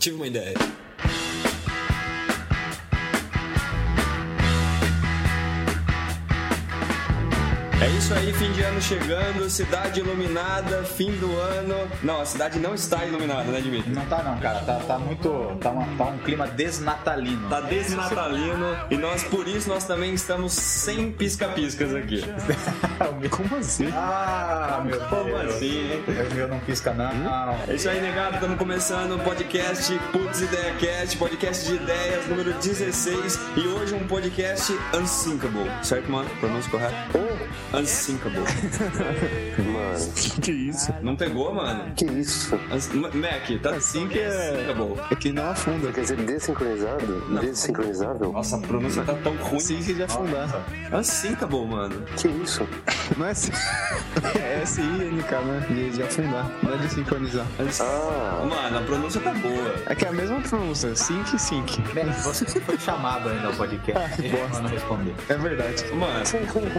Tive uma ideia. É isso aí, fim de ano chegando, cidade iluminada, fim do ano. Não, a cidade não está iluminada, né, Dimitri? Não tá não, cara. Tá, tá muito. Tá, uma- tá um clima desnatalino. Tá desnatalino e nós, por isso, nós também estamos sem pisca-piscas aqui. Como assim? Ah, meu Deus. Como assim, hein? O meu não pisca não. É isso aí, negado. Estamos começando o podcast Putz Ideia Cast, podcast de ideias número 16. E hoje um podcast unsinkable. Certo, mano? Pronúncio correto? Oh, Unsinkable. Mano, Que isso? Não pegou, mano? que isso? Uns- Ma- Mac, tá assim que é unsinkable. É que não afunda. Quer dizer, desincronizado? Desincronizável? Nossa, a pronúncia tá tão ruim. Assim que de afundar. Unsinkable, mano. Que isso? Não é assim. É S-I-N-K, né? De, de afundar. Não é de sincronizar. Ah, Mano, a pronúncia tá boa. É que é a mesma pronúncia. Sync e sync. Mac, você foi chamado ainda ao podcast. Bosta. Não responder. É verdade. Mano,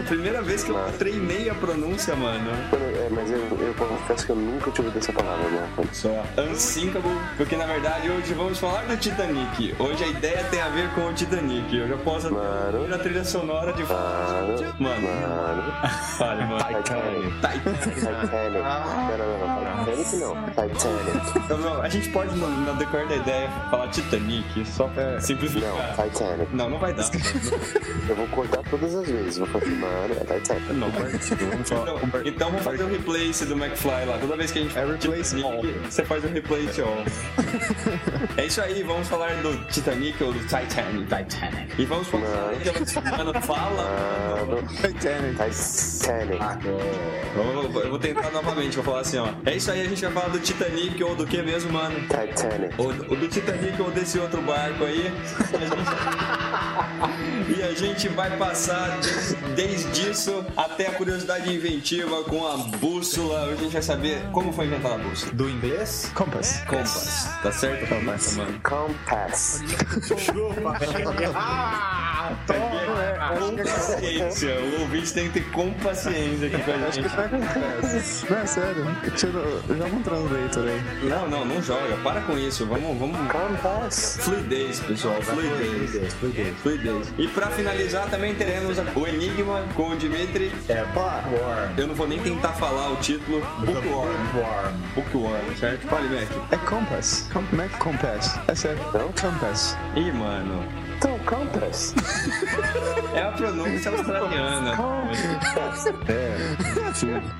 primeira vez que eu treinei a pronúncia, mano. mano, é, mas eu, eu confesso que eu nunca tive essa palavra, né? Só Unsinkable, porque na verdade hoje vamos falar do Titanic. Hoje a ideia tem a ver com o Titanic. Eu já posso Claro. ouvir a trilha sonora de. Mano, Mano, mano. fale, Ah. mano. Titanic. Titanic. Titanic. Não, não, não. Titanic não. Titanic. Então, não, a gente pode, mano, no decorrer da ideia, falar Titanic, só pra É. simplificar. Não, Titanic. Não, não vai dar. Eu vou cortar todas as vezes. Vou falar, mano, é Titanic. Não, então, então vamos fazer o replace do McFly lá. Toda vez que a gente É replace Titanic, você faz o replace all. é isso aí, vamos falar do Titanic ou do Titanic. Titanic. E vamos falar pela semana fala. Mano, Titanic. Ah. Titanic. Eu vou- eu vou tentar novamente, vou falar assim, ó. É isso aí, a gente vai falar do Titanic ou do que mesmo, mano? Titanic. Ou, ou do Titanic ou desse outro barco aí. E a gente, e a gente vai passar des- desde isso até a curiosidade inventiva com a bússola. Hoje a gente vai saber como foi inventada a bússola. Do inglês? Compass. Compass, tá certo? Compass, mano. Compass. Ah, Compaciência, o ouvinte tem que ter compaciência aqui com a gente. Não, é sério. Tira, joga um translator aí. Não, não, não joga. Para com isso. Vamos, vamos. Compass. Fluidez, pessoal. Fluidez. Fluidez. E pra finalizar, também teremos a- o Enigma com o Dimitri. É Bookworm. Eu não vou nem tentar falar o título. Bookworm. Bookworm. Bookworm, certo? Fale, Mac. É Compass. Com- Como é que Compass? É sério. Não? Compass. Ih, mano. Então, Compass. É a pronúncia australiana.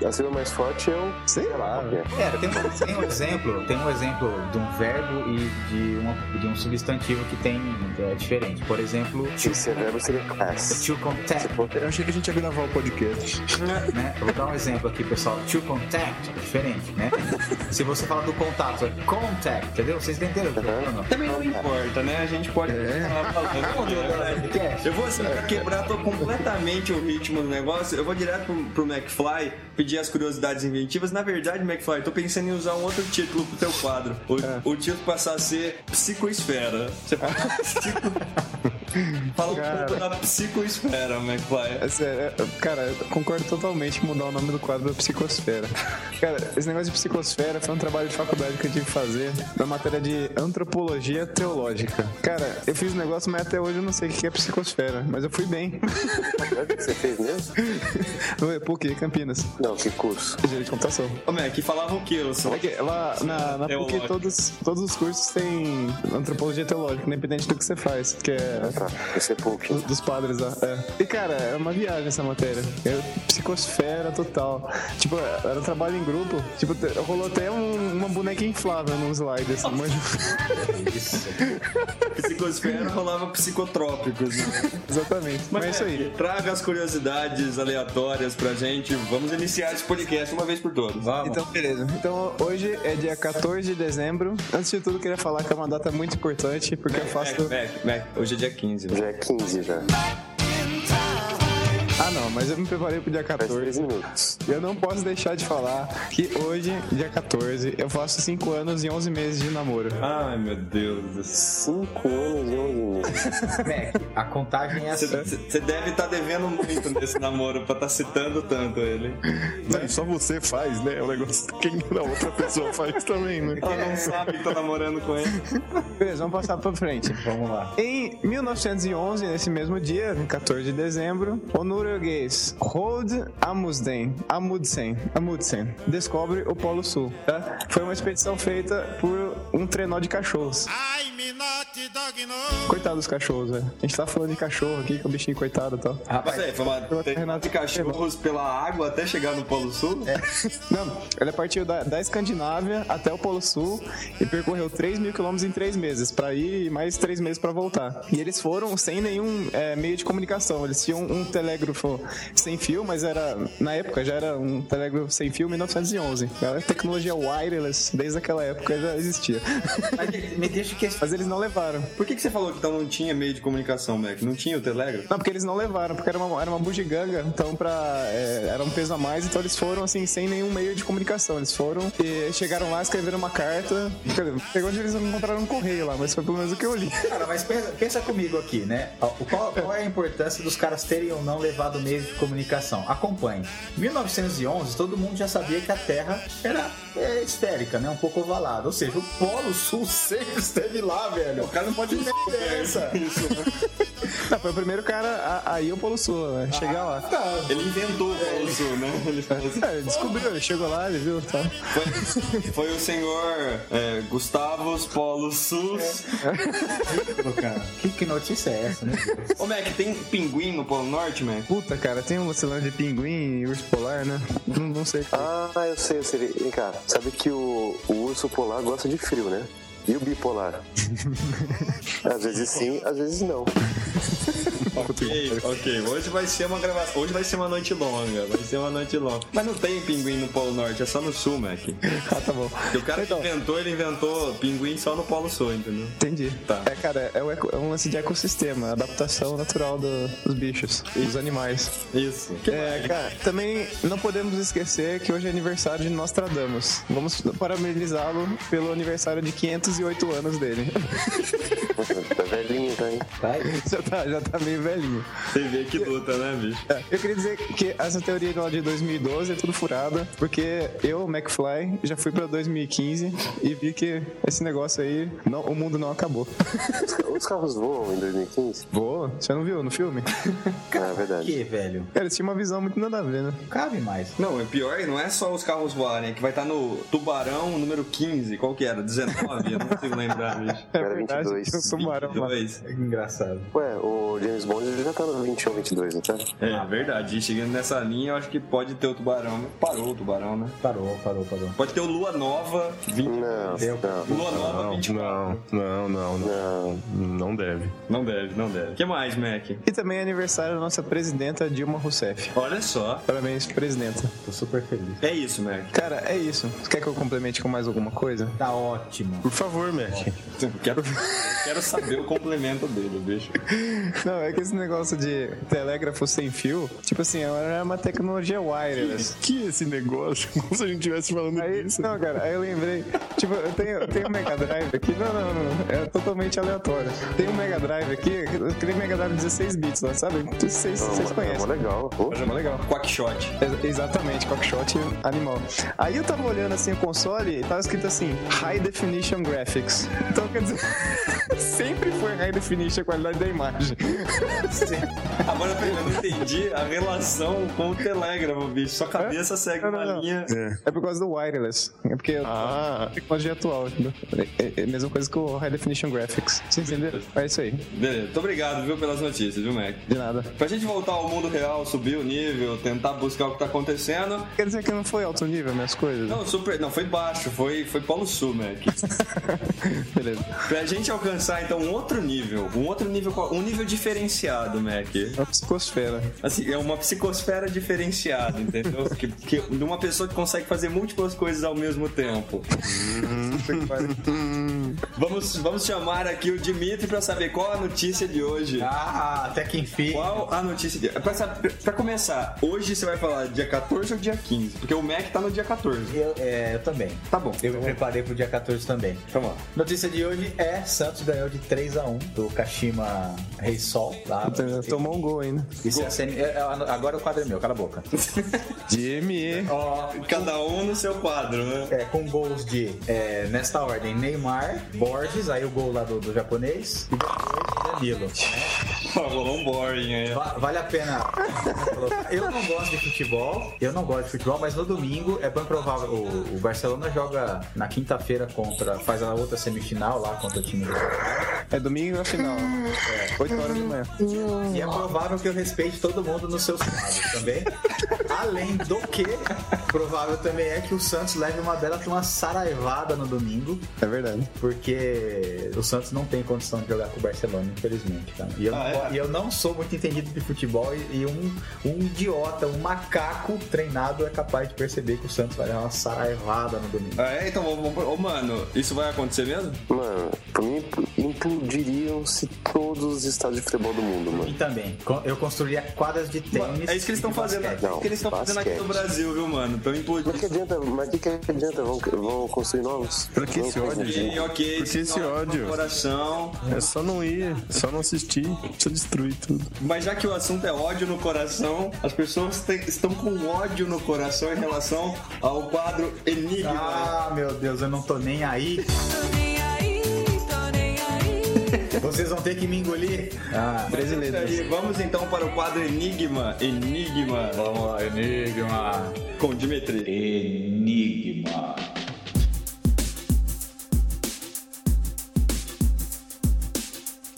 A segunda mais forte é o. Sei lá. velho. É, tem um, tem um exemplo, tem um exemplo de um verbo e de, uma- de um substantivo que tem é diferente. Por exemplo, Se você verbo seria class. to contact. é Eu achei que a gente ia gravar o podcast. né? Eu vou dar um exemplo aqui, pessoal. To contact é diferente, né? Se você fala do contato, é contact, entendeu? Vocês entenderam o que eu tô falando? Também não importa, né? A gente pode falar falando aqui, na verdade. Podcast. Eu vou assim, pra quebrar tô completamente o ritmo do negócio. Eu vou direto pro, pro McFly pedir as curiosidades inventivas. Na verdade, McFly, eu tô pensando em usar um outro título pro teu quadro. O, o título passar a ser Psicoesfera. Você fala, psico... fala um pouco da psicoesfera, McFly. É sério, é- cara, eu concordo totalmente em mudar o nome do quadro da psicosfera. Cara, esse negócio de psicosfera foi um trabalho de faculdade que eu tive que fazer na matéria de antropologia teológica. Cara, eu fiz o negócio, mas até hoje eu não sei o que é psicosfera, mas eu fui bem. Sabe o que você fez mesmo? No EPUC, Campinas, Não, que curso. engenharia de computação. Ô, Mac, falava o que, Wilson? É que lá na, na Teológica. PUC todos, todos os cursos têm antropologia teológica, independente do que você faz, que é Tá, você é pouco. Dos- Dos padres lá, é. E cara, é uma viagem essa matéria. É psicosfera total. Tipo, era um trabalho em grupo. Tipo, te- rolou até um- uma boneca inflável num slide, assim, mas- Psicoesfera rolava psicotrópicos. né? Exatamente. Mas, é isso aí. Mac, Traga as curiosidades aleatórias pra gente. Vamos iniciar esse podcast uma vez por todas. Vamos. Então, beleza. Então, hoje é dia 14 de dezembro. Antes de tudo, eu queria falar que é uma data muito importante, porque é, eu faço né? Mac, Mac, Mac, hoje é dia 15. Já é 15 já. a Ah, não, mas eu me preparei pro dia Faz três 14. minutos. Eu não posso deixar de falar que hoje, dia 14, eu faço 5 anos e 11 meses de namoro. Ai, meu Deus do céu. Cinco anos e 11 meses. Mac, a contagem é assim. Você deve estar devendo muito nesse namoro pra estar citando tanto ele. Não, e só você faz, né? É um negócio que a outra pessoa faz também, né? Ela não sabe que tá namorando com ele. Beleza, vamos passar pra frente. Vamos lá. Em 1911, nesse mesmo dia, 14 de dezembro, o norueguês Roald Amundsen, Amundsen, Amundsen descobre o Polo Sul. Tá? Foi uma expedição feita por um trenó de cachorros. Coitado dos cachorros, velho. A gente tá falando de cachorro aqui, que é o bichinho coitado e tal. Mas Rapaz, aí, é, foi uma tentativa de cachorros pela água até chegar no Polo Sul? É. Não, ele partiu da, da Escandinávia até o Polo Sul e percorreu 3 mil quilômetros em 3 meses pra ir e mais 3 meses pra voltar. E eles foram sem nenhum é, meio de comunicação. Eles tinham um telégrafo sem fio, mas era na época já era um telégrafo sem fio 1911. A tecnologia wireless desde aquela época já existia. mas me deixa que Mas eles não levaram. Por que, que você falou que então não tinha meio de comunicação, Mac? Não tinha o telégrafo? Não, porque eles não levaram, porque era uma, era uma bugiganga, então pra, é, era um peso a mais, então eles foram assim, sem nenhum meio de comunicação. Eles foram e chegaram lá, escreveram uma carta. Quer dizer, Pegou onde eles encontraram um correio lá, mas foi pelo menos o que eu li. Cara, mas pensa, pensa comigo aqui, né? Ó, o Qual, qual é a importância dos caras terem ou não levado meio de comunicação? Acompanhe. Em 1911, todo mundo já sabia que a Terra era é, esférica, né? Um pouco ovalada. Ou seja, o Polo Sul sempre esteve lá, velho. O cara não pode ver essa. Não, foi o primeiro cara a, a ir ao Polo Sul, né? chegar Ah, lá. Ele inventou o Polo Sul, né? Ele falou assim, É, ele descobriu, ele chegou lá, ele viu, tá. foi, foi o senhor é, Gustavos Polo Sul. Cara, que, que notícia é essa, né? Ô, Mac, tem pinguim no Polo Norte, Mac? Puta, cara, tem um lance de pinguim e urso polar, né? Não, não sei. Ah, eu sei, eu sei. Vem cá, sabe que o, o urso polar gosta de frio, né? E o bipolar? às vezes sim, às vezes não. Ok, ok. Hoje vai ser uma gravação. Hoje vai ser uma noite longa. Vai ser uma noite longa. Mas não tem pinguim no Polo Norte, é só no Sul, Mac. Porque Ah, tá bom. o cara que Então. inventou, ele inventou pinguim só no Polo Sul, entendeu? Entendi. Tá. É, cara, é, o eco- é um lance de ecossistema, adaptação natural do- dos bichos, dos animais. Isso. É, cara, também não podemos esquecer que hoje é aniversário de Nostradamus. Vamos parabenizá-lo pelo aniversário de 508 anos dele. Tá velhinho, tá, hein? Tá aí. Já tá, já tá meio velhinho. Você vê que luta, né, bicho? É, Eu queria dizer que essa teoria lá de 2012 é tudo furada, porque eu, McFly, já fui pra 2015 e vi que esse negócio aí, não- o mundo não acabou. Os, ca- os carros voam em 2015? Boa, você não viu no filme? Ah, é verdade. Que, velho? Cara, eles tinham uma visão muito nada a ver, né? Não cabe mais. Não, é pior, não é só os carros voarem, é que vai estar no Tubarão número 15, qual que era? 19? Eu não consigo lembrar, bicho. É Era 22. tinha um tubarão lá. 22. É engraçado. Ué, o James Bond ele já tá no 21, 22, não tá? É verdade, e chegando nessa linha, eu acho que pode ter o tubarão. Parou o tubarão, né? Parou, parou, parou. Pode ter o Lua Nova 20. Não, Deu. não. Lua Nova Não, 21. não, não, não, não, não deve. Não deve, não deve. O que mais, Mac? E também é aniversário da nossa presidenta Dilma Rousseff. Olha só. Parabéns, presidenta. Tô super feliz. É isso, Mac. Cara, é isso. Quer que eu complemente com mais alguma coisa? Tá ótimo. Por favor, Mac. Eu Quero, eu quero saber o complemento dele, bicho. Não, é que esse negócio de telégrafo sem fio, tipo assim, era uma tecnologia wireless. Que esse negócio? Como se a gente estivesse falando Aí, disso. não, cara, aí eu lembrei. Tipo, eu tenho, eu tenho um Mega Drive aqui. Não, não, não. É totalmente aleatório. Tem um Mega Drive aqui, aquele Mega Drive 16 bits lá, sabe? Vocês, vocês É mó conhecem. legal. Pô, Mó legal. Quackshot. Ex- Exatamente, cockshot animal. Aí eu tava olhando assim o console e tava escrito assim, High Definition Graphics. Então quer dizer, sempre foi High Definition a qualidade da imagem. Agora peraí, eu não entendi a relação com o telégrafo, bicho. Sua cabeça segue Não, não, uma não. linha. É por causa do wireless. É porque eu Ah, tecnologia atual, entendeu? É, é a mesma coisa que o High Definition Graphics. Você entendeu? É isso aí. Beleza, muito obrigado, viu, pelas notícias, viu, Mac? De nada. Pra gente voltar ao mundo real, subir o nível, tentar buscar o que tá acontecendo. Quer dizer que não foi alto nível minhas coisas? Não, super. Não, foi baixo, foi, foi Polo Sul, Mac. Beleza. Pra gente alcançar. pensar então um outro nível, um outro nível, qual- um nível diferenciado, Mac. É a psicosfera. Assim, é uma psicosfera diferenciada, entendeu? que, que, de uma pessoa que consegue fazer múltiplas coisas ao mesmo tempo. vamos, vamos chamar aqui o Dimitri pra saber qual a notícia de hoje. Ah, até que enfim. Qual a notícia de pra, sa- pra começar, hoje você vai falar dia 14 ou dia 15? Porque o Mac tá no dia 14. Eu, é, eu também. Tá bom. Eu me preparei pro dia 14 também. Então, ó. Notícia de hoje é Santos ganhou de 3 a 1 do Kashima Rei Sol. Lá, Tomou um gol ainda. Isso é a semi- é- é- agora o quadro é meu, cala a boca. De ME. Ó, Cada um no seu quadro, né? é, com gols de, é, nesta ordem, Neymar, Borges, aí o gol lá do, do japonês, e depois Danilo. Pô, rolou um boring aí. Va- Vale a pena. Eu não gosto de futebol, eu não gosto de futebol, mas no domingo é bem provável. O, o Barcelona joga na quinta-feira contra, faz a outra semifinal lá contra o time do É domingo a final. 8 horas da manhã. E é provável que eu respeite todo mundo nos seus quadros também. Além do que, provável também é que o Santos leve uma bela de uma saraivada no domingo, É verdade. porque o Santos não tem condição de jogar com o Barcelona, infelizmente. tá? E, eu, Ah, é? e eu não sou muito entendido de futebol e, e um, um idiota, um macaco treinado é capaz de perceber que o Santos vai dar uma saraivada no domingo. Ah, é? Então, vamos- vamos- ô, mano, isso vai acontecer mesmo? Mano, pra mim implodiriam-se todos os estádios de futebol do mundo, E mano. também, co- eu construiria quadras de tênis. É isso que eles e de estão fazendo, basquete. é o que eles estão fazendo aqui no basquete. Brasil, viu, mano? Estão Mas que implodindo. adianta, mas que, que adianta? Vão, vão construir novos? Pra que Vão esse ódio, construir- E, ok, Por que esse sinal do ódio? coração. É só não ir, só não assistir, só destruir tudo. Mas já que o assunto é ódio no coração, as pessoas têm- estão com ódio no coração em relação ao quadro Enigma. Ah, meu Deus, eu não tô nem aí. Tô nem aí, tô nem aí. Vocês vão ter que me engolir. Ah, Isso Brasileiro. aí, vamos então para o quadro Enigma. Enigma vamos lá, enigma. com o Dimitri. Enigma.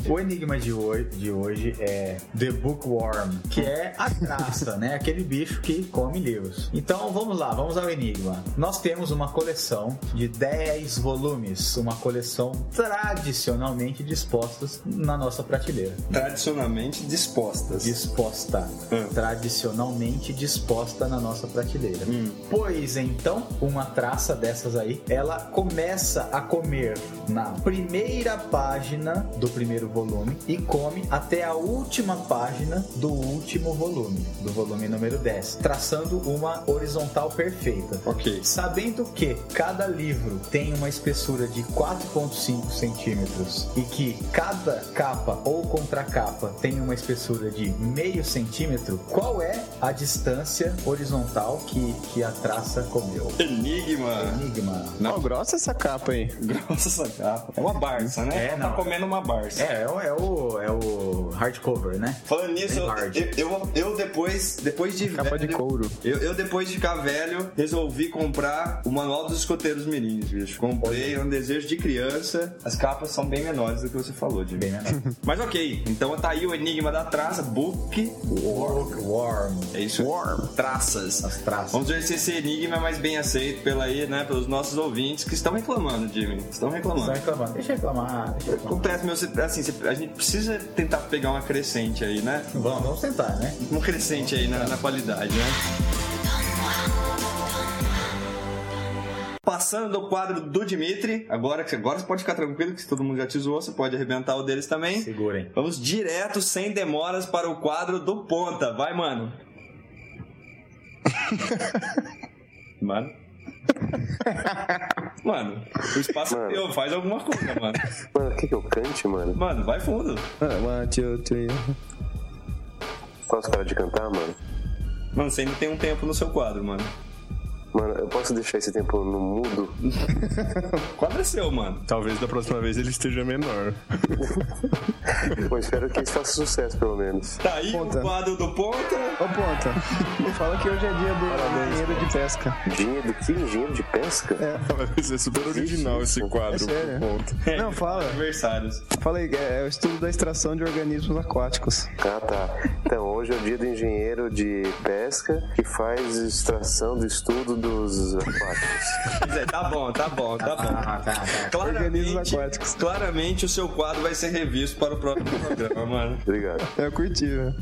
O enigma de hoje, de hoje é The Bookworm, que é a traça, né? Aquele bicho que come livros. Então vamos lá, vamos ao enigma. Nós temos uma coleção de 10 volumes, uma coleção tradicionalmente dispostas na nossa prateleira Tradicionalmente dispostas. disposta, tradicionalmente disposta na nossa prateleira. Pois então, uma traça dessas aí, ela começa a comer na primeira página do primeiro volume e come até a última página do último volume, do volume número 10, traçando uma horizontal perfeita. Ok. Sabendo que cada livro tem uma espessura de 4,5 centímetros e que cada capa ou contracapa tem uma espessura de meio centímetro, qual é a distância horizontal que, que a traça comeu? Enigma. Enigma. Não, grossa essa capa aí. Grossa essa capa. É uma barça, né? É, Tá não. comendo uma barça. É, é o, é o, é o hardcover, né? Falando nisso, Bem eu, hard. eu, eu depois, depois de Capa de velho- couro. Eu, eu, depois de ficar velho, resolvi comprar o Manual dos Escoteiros Mirins, bicho. Comprei, é um desejo de criança. As capas são bem menores do que você falou, de Bem né? menor. Mas ok, então tá aí o Enigma da Traça, Book War. Bookworm. É isso. War. Traças. As traças. Vamos ver se esse enigma é mais bem aceito pela aí, né, pelos nossos ouvintes que estão reclamando, Jimmy. Estão reclamando. Estão reclamando. Deixa eu reclamar. Deixa eu reclamar. Acontece, meu, você- assim, você- a gente precisa tentar pegar uma crescente aí, né? Vamos, vamos tentar, né? um crescente aí na, na qualidade, né? Passando ao quadro do Dimitri, agora, que- agora você pode ficar tranquilo que se todo mundo já te zoou, você pode arrebentar o deles também. Segurem. Vamos direto, sem demoras, para o quadro do Ponta. Vai, mano. mano? Mano, o espaço Mano. é teu, faz alguma coisa, mano. Mano, o que que eu cante, mano? Mano, vai fundo. Ah, One, two, three. Posso parar de cantar, mano? Mano, você ainda tem um tempo no seu quadro, mano. Mano, eu posso deixar esse tempo no mudo? O quadro é seu, mano. Então, Talvez da próxima vez ele esteja menor. Bom, espero que isso faça sucesso, pelo menos. Tá aí Ponta. o quadro do Ponta. Ô, Ponta, fala que hoje é dia do dinheiro de pesca. Dinheiro do que? Engenheiro de pesca? Mas é super original esse quadro. É sério? ponto. Não, fala. Adversários. Fala aí, é, é o estudo da extração de organismos aquáticos. Ah, tá. Então, hoje é o dia do engenheiro de pesca que faz extração do estudo dos aquáticos. Pois é, tá bom, tá bom, tá bom. Ah, tá, tá. Organismos Claramente, aquáticos. claramente o seu quadro vai ser revisto para o próximo programa, mano. Obrigado. Eu curti, né?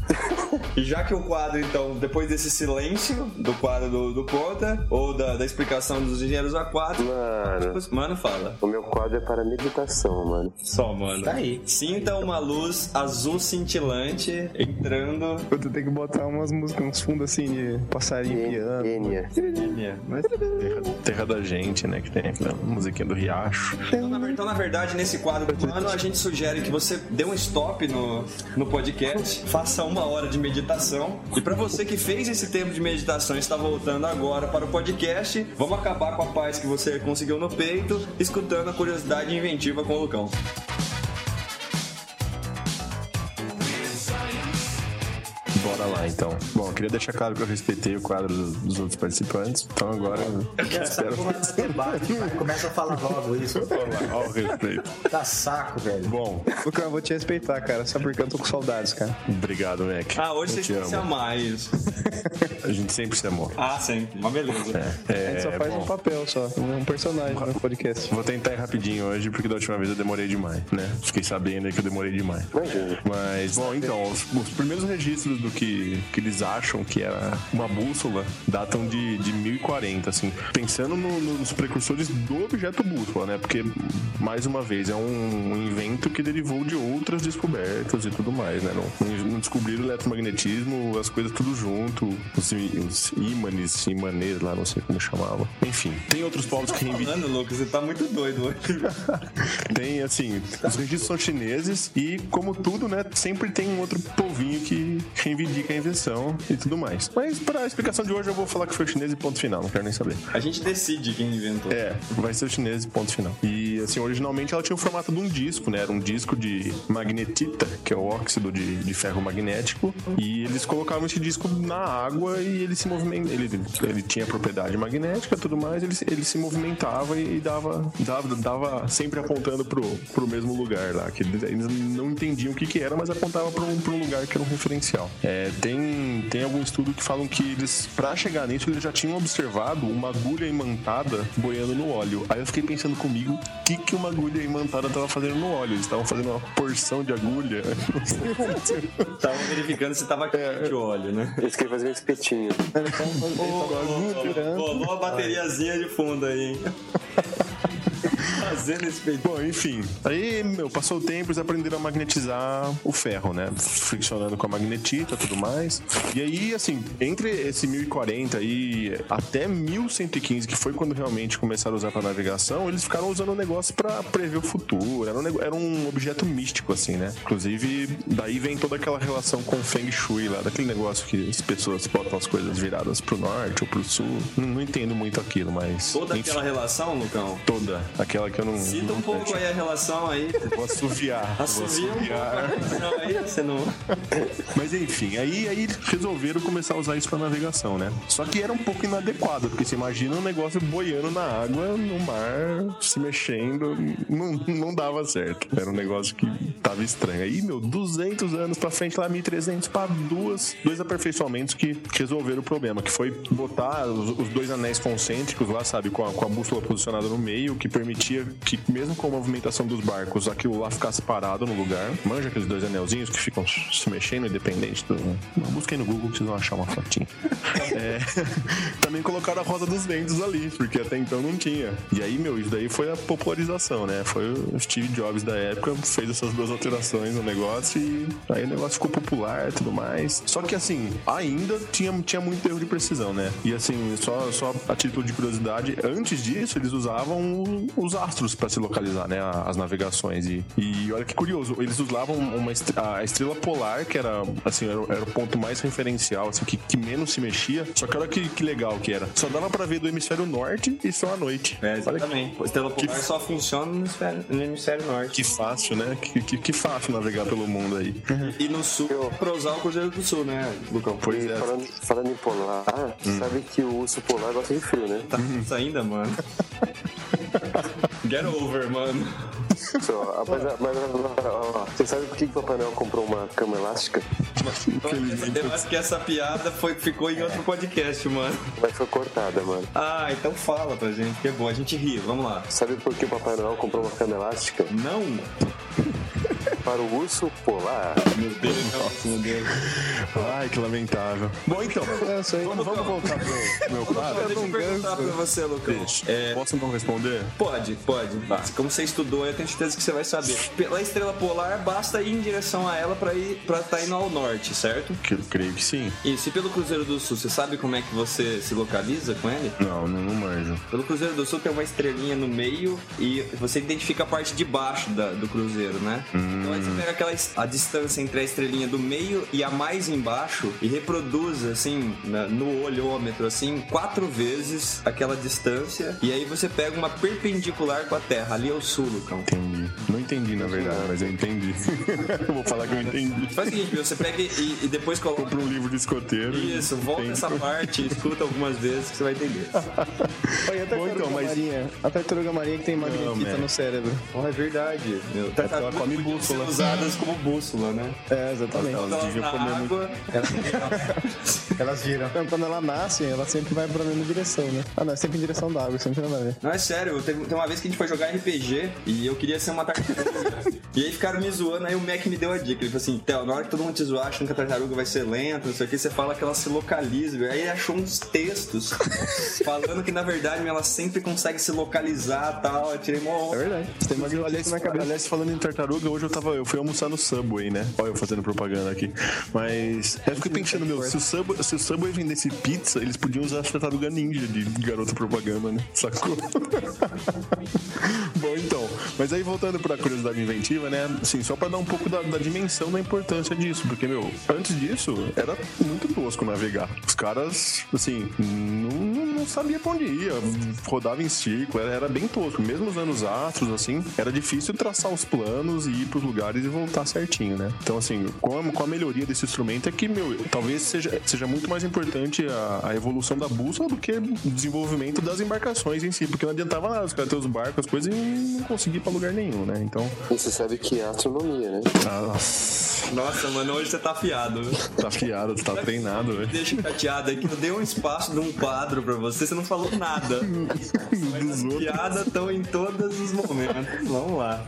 E já que o quadro, então, depois desse silêncio do quadro do, do Conta, ou da, da explicação dos engenheiros aquáticos, Mano, mano, fala. o meu quadro é para meditação, mano. Só, mano. Tá aí. Sinta uma luz azul cintilante entrando. Tu tem que botar umas músicas, uns fundos assim de passarinho piano. Enya. Mas Terra, terra da gente, né? Que tem aquela musiquinha do Riacho. Então na, ver- então, na verdade, nesse quadro do ano, a gente sugere que você dê um stop no, no podcast, faça uma hora de meditação. E pra você que fez esse tempo de meditação e está voltando agora para o podcast, vamos acabar com a paz que você conseguiu no peito, escutando a curiosidade inventiva com o Lucão. Bora lá, então. Bom, eu queria deixar claro que eu respeitei o quadro dos, dos outros participantes. Então agora, Essa porra tá debate, vai. Começa a falar logo isso. ao respeito. Tá saco, velho. Bom, Lucão, eu vou te respeitar, cara, só porque eu tô com saudades, cara. obrigado, Mac. Ah, hoje Eu vocês te têm que se amo. amar, isso. A gente sempre se amou. Ah, sempre. Uma beleza. É, A gente só faz bom, um papel só, um personagem no podcast. Vou tentar ir rapidinho hoje, porque da última vez eu demorei demais, né? Fiquei sabendo aí que eu demorei demais. Imagina. Mas, bom, então, os, os primeiros registros do que, que eles acham que era uma bússola datam de, de 1040, assim. Pensando no- no- nos precursores do objeto bússola, né? Porque, mais uma vez, é um, invento que derivou de outras descobertas e tudo mais, né? Não, não descobriram o eletromagnetismo, as coisas tudo junto, os, i- os ímanes, imanês lá, não sei como chamava. Enfim, tem outros povos que reivindicam. Mano, Lucas, você tá muito doido hoje. Tem, assim, os registros são chineses e, como tudo, né, sempre tem um outro povinho que reivindica a invenção e tudo mais. Mas, pra explicação de hoje, eu vou falar que foi chinês e ponto final, não quero nem saber. A gente decide quem inventou. É, vai ser chinês e ponto final. E, assim, originalmente ela tinha o formato de um disco, né, era um disco de magnetita, que é o óxido de, de ferro magnético, e eles colocavam esse disco na água e ele se movimentava, ele, ele tinha propriedade magnética e tudo mais, ele, se- ele se movimentava e, e dava, dava, dava sempre apontando pro, pro mesmo lugar lá, que eles- eles não entendiam o que que era, mas apontava para um, pra um lugar que era um referencial. É, tem, tem algum estudo que falam que eles, para chegar nisso, eles já tinham observado uma agulha imantada boiando no óleo. Aí eu fiquei pensando comigo, o que, que uma agulha imantada tava fazendo no óleo? Eles estavam fazendo uma porção de agulha. Não sei o que aconteceu. Tava verificando se tava quente É. de óleo, né? Eles querem fazer um espetinho. Rolou a bateriazinha de fundo aí, hein? Fazendo esse peito. Bom, enfim. Aí, meu, passou o tempo, eles aprenderam a magnetizar o ferro, né? Friccionando com a magnetita e tudo mais. E aí, assim, entre esse 1040 e até 1115, que foi quando realmente começaram a usar pra navegação, eles ficaram usando o negócio pra prever o futuro. Era um, nego- era um objeto místico, assim, né? Inclusive, daí vem toda aquela relação com o Feng Shui lá, daquele negócio que as pessoas botam as coisas viradas pro norte ou pro sul. Não, não entendo muito aquilo, mas. Toda enfim, aquela relação, Lucão. Toda. Aquela que eu não. Cita não um pouco aí a relação aí. Vou assoviar. Vou Assovia um pouco a relação aí, você não. Mas enfim, aí, aí resolveram começar a usar isso pra navegação, né? Só que era um pouco inadequado, porque você imagina um negócio boiando na água, no mar, se mexendo, não, não dava certo. Era um negócio que tava estranho. Aí, meu, 200 anos pra frente, lá 1300 pra duas, dois aperfeiçoamentos que resolveram o problema, que foi botar os, os dois anéis concêntricos lá, sabe, com a, com a bússola posicionada no meio, que permitia que, mesmo com a movimentação dos barcos, aquilo lá ficasse parado no lugar. Manja aqueles dois anelzinhos que ficam se mexendo independente do. Busquem no Google que vocês vão achar uma fotinha. É, também colocaram a Rosa dos Ventos ali, porque até então não tinha. E aí, meu, isso daí foi a popularização, né? Foi o Steve Jobs da época, fez essas duas alterações no negócio e aí o negócio ficou popular e tudo mais. Só que assim, ainda tinha, tinha muito erro de precisão, né? E assim, só, só a título de curiosidade, antes disso eles usavam o- os astros pra se localizar, né? A- As navegações. E, e olha que curioso, eles usavam uma est- a estrela polar, que era assim, era, o- era o ponto mais referencial, assim, que, que menos se mexia. Só que olha que, que legal que era. Só dava pra ver do hemisfério norte e só à noite. É, Olha que exatamente. Estrela polar só funciona no hemisfério, no hemisfério norte. que fácil, né? Que, que, que fácil navegar pelo mundo aí. né? E no sul, pra usar o Cruzeiro do Sul, né, Lucão? Pois E é. falando, falando em polar, sabe que o urso polar gosta de frio, né? Tá com isso ainda, mano. Uhum. Get over, mano. Só, ah, mas, a- mas, a- ó, ó, você sabe por que que o Papai Noel comprou uma cama elástica? Então, Eu acho que É. essa piada foi, ficou em outro podcast, mano. Mas foi cortada, mano. Ah, então fala pra gente, que é bom, a gente ri, vamos lá. Sabe por que o Papai Noel comprou uma cama elástica? Não? Para o urso polar. Meu Deus, nossa, meu Deus. Ai, que lamentável. Bom, então, Eu sei. vamos, vamos voltar pro meu Então, quadro. deixa eu perguntar pra você, Tá. Lucão. É, Posso não responder? Pode, pode. Como você estudou, eu tenho certeza que você vai saber. Pela estrela polar, basta ir em direção a ela pra ir para estar indo ao norte, certo? Que eu creio que sim. Isso. E pelo Cruzeiro do Sul, você sabe como é que você se localiza com ele? Não, não, não manjo. Pelo Cruzeiro do Sul tem uma estrelinha no meio e você identifica a parte de baixo da- do Cruzeiro, né? Então aí você pega aquela es- a distância entre a estrelinha do meio e a mais embaixo e reproduz, assim, na- no olhômetro, assim, quatro vezes aquela distância. E aí você pega uma perpendicular com a Terra. Ali é o sul, Lucão. Entendi. Não entendi, na verdade, mas eu entendi. eu vou falar que eu entendi. Faz o seguinte, meu, você pega e, e depois coloca. Compra um livro de escoteiro. e Isso, volta tem- essa parte, escuta algumas vezes que você vai entender. Olha, a Bom, tartaruga então, mas- marinha. A tartaruga marinha que tem magnetita man. no cérebro. Oh, é verdade. Meu, tartarugas come podiam ser bússola. usadas como bússola, né? É, exatamente. Elas Elas deviam na comer muito. água, Elas Tá, viram. Então, Quando ela nasce, ela sempre vai pra mesma direção, né? Ah, não, é sempre em direção da água, sempre nada a ver. Não, é sério, eu teve- tem uma vez que a gente foi jogar RPG e eu queria ser uma tartaruga. e aí ficaram me zoando, aí o Mac me deu a dica. Ele falou assim: Theo, na hora que todo mundo te zoar, achando que a tartaruga vai ser lenta, não sei o que, você fala que ela se localiza. velho. Aí ele achou uns textos falando que na verdade ela sempre consegue se localizar e tal. Eu tirei mó. É verdade. Você tem Mas, magnetita aliás, na cabeça. aliás, falando em tartaruga, hoje eu tava. Eu fui almoçar no Subway, né? Olha, eu fazendo propaganda aqui. Mas. Eu fiquei pensando, meu, se o, Subway, se o Subway vendesse pizza, eles podiam usar a tartaruga ninja de garota propaganda, né? Sacou? Bom, então. Mas aí voltando pra curiosidade inventiva, né? Assim, só pra dar um pouco da, da dimensão da importância disso. Porque, meu, antes disso, era muito tosco navegar. Os caras, assim, não, não- não sabia pra onde ia. Rodava em círculo, era, era bem tosco. Mesmo os anos astros, assim, era difícil traçar os planos e ir pros lugares e voltar certinho, né? Então, assim, com a, com a melhoria desse instrumento é que, meu, talvez seja, seja muito mais importante a, a evolução da bússola do que o desenvolvimento das embarcações em si. Porque não adiantava nada os caras ter os barcos, as coisas e não conseguir ir pra lugar nenhum, né? Então, E você sabe que é astronomia, né? ah, Nossa, mano, hoje você tá afiado. viu? tá fiado, tá treinado, velho. Deixa chateado aqui, eu dei um espaço de um quadro pra você, você não falou nada. As piadas estão em todos os momentos. Vamos lá.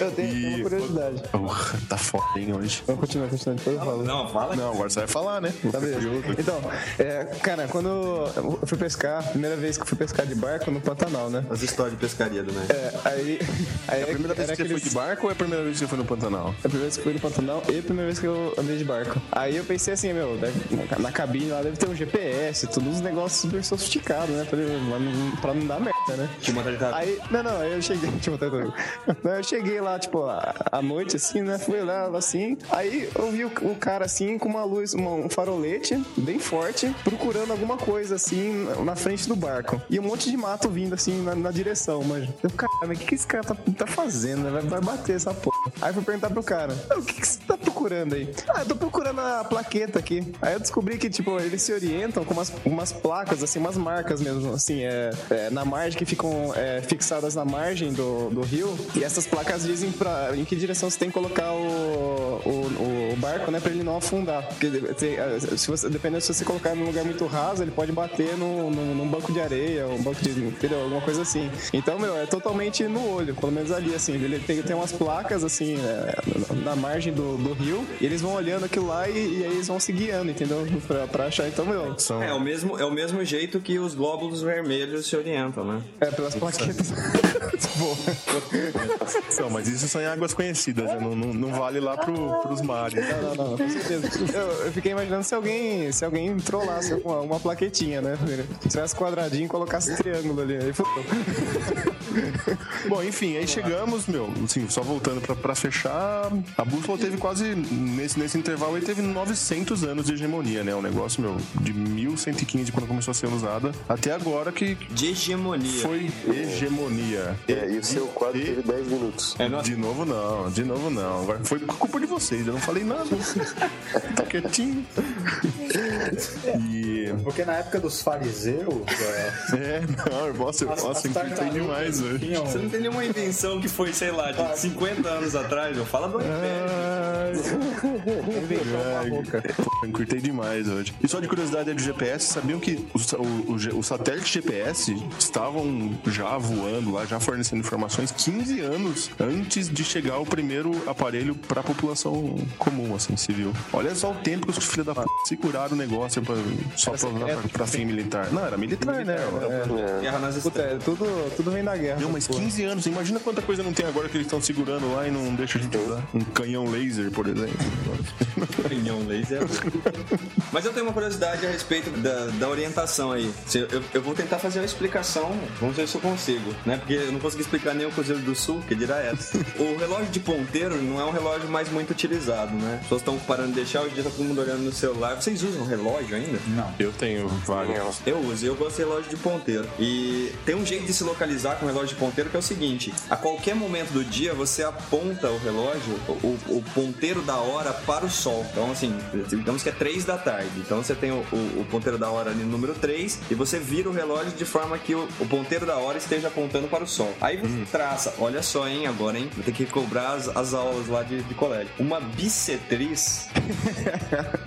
Eu tenho tenho uma curiosidade. Porra, tá foda, hein, hoje. Vamos continuar, continuar, depois eu falo. Não, fala Não, agora você vai falar, né? Tá beleza. Então, é, cara, quando eu fui pescar, primeira vez que eu fui pescar de barco no Pantanal, né? As histórias de pescaria do Mac. É, aí. aí É a primeira vez que você foi de barco ou é a primeira vez que você foi no Pantanal? É a primeira vez que eu fui no Pantanal e a primeira vez que eu andei de barco. Aí eu pensei assim, meu, deve- na, na cabine lá deve ter um GPS, todos uns negócios super sofisticados, né? Pra, não- pra não dar merda, né? Tinha uma tartaruga. Aí, não, não, aí eu cheguei, tipo, até doido. Não, eu cheguei lá, tipo, à à noite, assim, né? Fui lá, assim. Aí eu vi o, o cara, assim, com uma luz, uma- um farolete, bem forte, procurando alguma coisa, assim, na- na frente do barco. E um monte de mato vindo, assim, na, na direção, mas Eu, caramba, o que, que esse cara tá, tá fazendo? né? Vai, vai bater essa porra. Aí eu fui perguntar pro cara, "Ah, o que, que você tá procurando aí? Ah, eu tô procurando a plaqueta aqui. Aí eu descobri que, tipo, eles se orientam com umas, umas placas, assim, umas marcas mesmo, assim, é, é, na margem, que ficam é, fixadas na margem do, do rio. E essas placas dizem pra, em que direção você tem que colocar o, o, o barco, né, pra ele não afundar. Porque de- tem- ah, se você, dependendo se você colocar num lugar muito raso, ele pode bater no, no- num banco de areia, um banco de. entendeu? Alguma coisa assim. Então, meu, é totalmente no olho, pelo menos ali, assim. Ele tem, tem umas placas, assim, né, na margem do, do rio, e eles vão olhando aquilo lá e, e aí eles vão se guiando, entendeu? Pra, pra achar. Então, meu, São... É, o mesmo, é o mesmo jeito que os glóbulos vermelhos se orientam, né? é pelas plaquetas. Boa. Não, mas isso são em águas conhecidas, né? Não, não, não vale lá pro, pros mares. Não, não, não, com certeza. Eu, eu fiquei imaginando se alguém, se alguém trollasse uma, uma plaquetinha, né? Tivesse quadradinho e colocasse triângulo ali. Aí fudeu. Bom, enfim, aí chegamos, meu, assim, só voltando pra, pra fechar, a bússola teve quase, nesse, nesse intervalo aí, teve 900 anos de hegemonia, né? Um negócio, meu, de 1115, quando começou a ser usada, até agora que De hegemonia. foi hegemonia. É, e o seu quadro teve 10 minutos. É, nossa. De novo não, de novo não. Agora foi culpa de vocês, eu não falei nada. nada. Tá quietinho. E. Porque na época dos fariseus, é, É, não, nossa, eu, As- as nossa, eu tartarugas encurtei demais, velho. tinham Você não tem nenhuma invenção que foi, sei lá, de 50 anos atrás, eu falo do iPad. Ai, uma boca. pô, encurtei demais hoje. E só de curiosidade é do GPS, sabiam que os, o- o G- os satélites GPS estavam já voando lá, já fornecendo informações 15 anos antes de chegar o primeiro aparelho pra população comum, assim, civil. Olha só o tempo que os filhos da p seguraram o negócio pra, só pra, pra, pra fim militar. Não, era militar, né? Guerra nas Puta, é, tudo, tudo vem da guerra. Não, mas 15 anos, imagina quanta coisa não tem agora que eles estão segurando lá e não deixa a gente usar. Um canhão laser, por exemplo. Opinião laser. Mas eu tenho uma curiosidade a respeito da, da orientação aí. Se Eu, eu- eu vou tentar fazer uma explicação, vamos ver se eu consigo, né? Porque eu não consegui explicar nem o Cruzeiro do Sul, que dirá essa. O relógio de ponteiro não é um relógio mais muito utilizado, né? As pessoas estão parando de deixar, hoje em dia tá todo mundo olhando no celular. Vocês usam relógio ainda? Não. Eu tenho vários. Eu uso, eu gosto de relógio de ponteiro. E tem um jeito de se localizar com relógio de ponteiro que é o seguinte: a qualquer momento do dia você aponta o relógio, o, o ponteiro da hora para o sol. Então, assim, digamos que é 3 da tarde. Então você tem o, o- o ponteiro da hora ali no número 3 e você vira o relógio de forma que o, o ponteiro da hora esteja apontando para o sol. Aí você traça, olha só, hein, agora, hein? Vou ter que cobrar as, as aulas lá de, de colégio. Uma bissetriz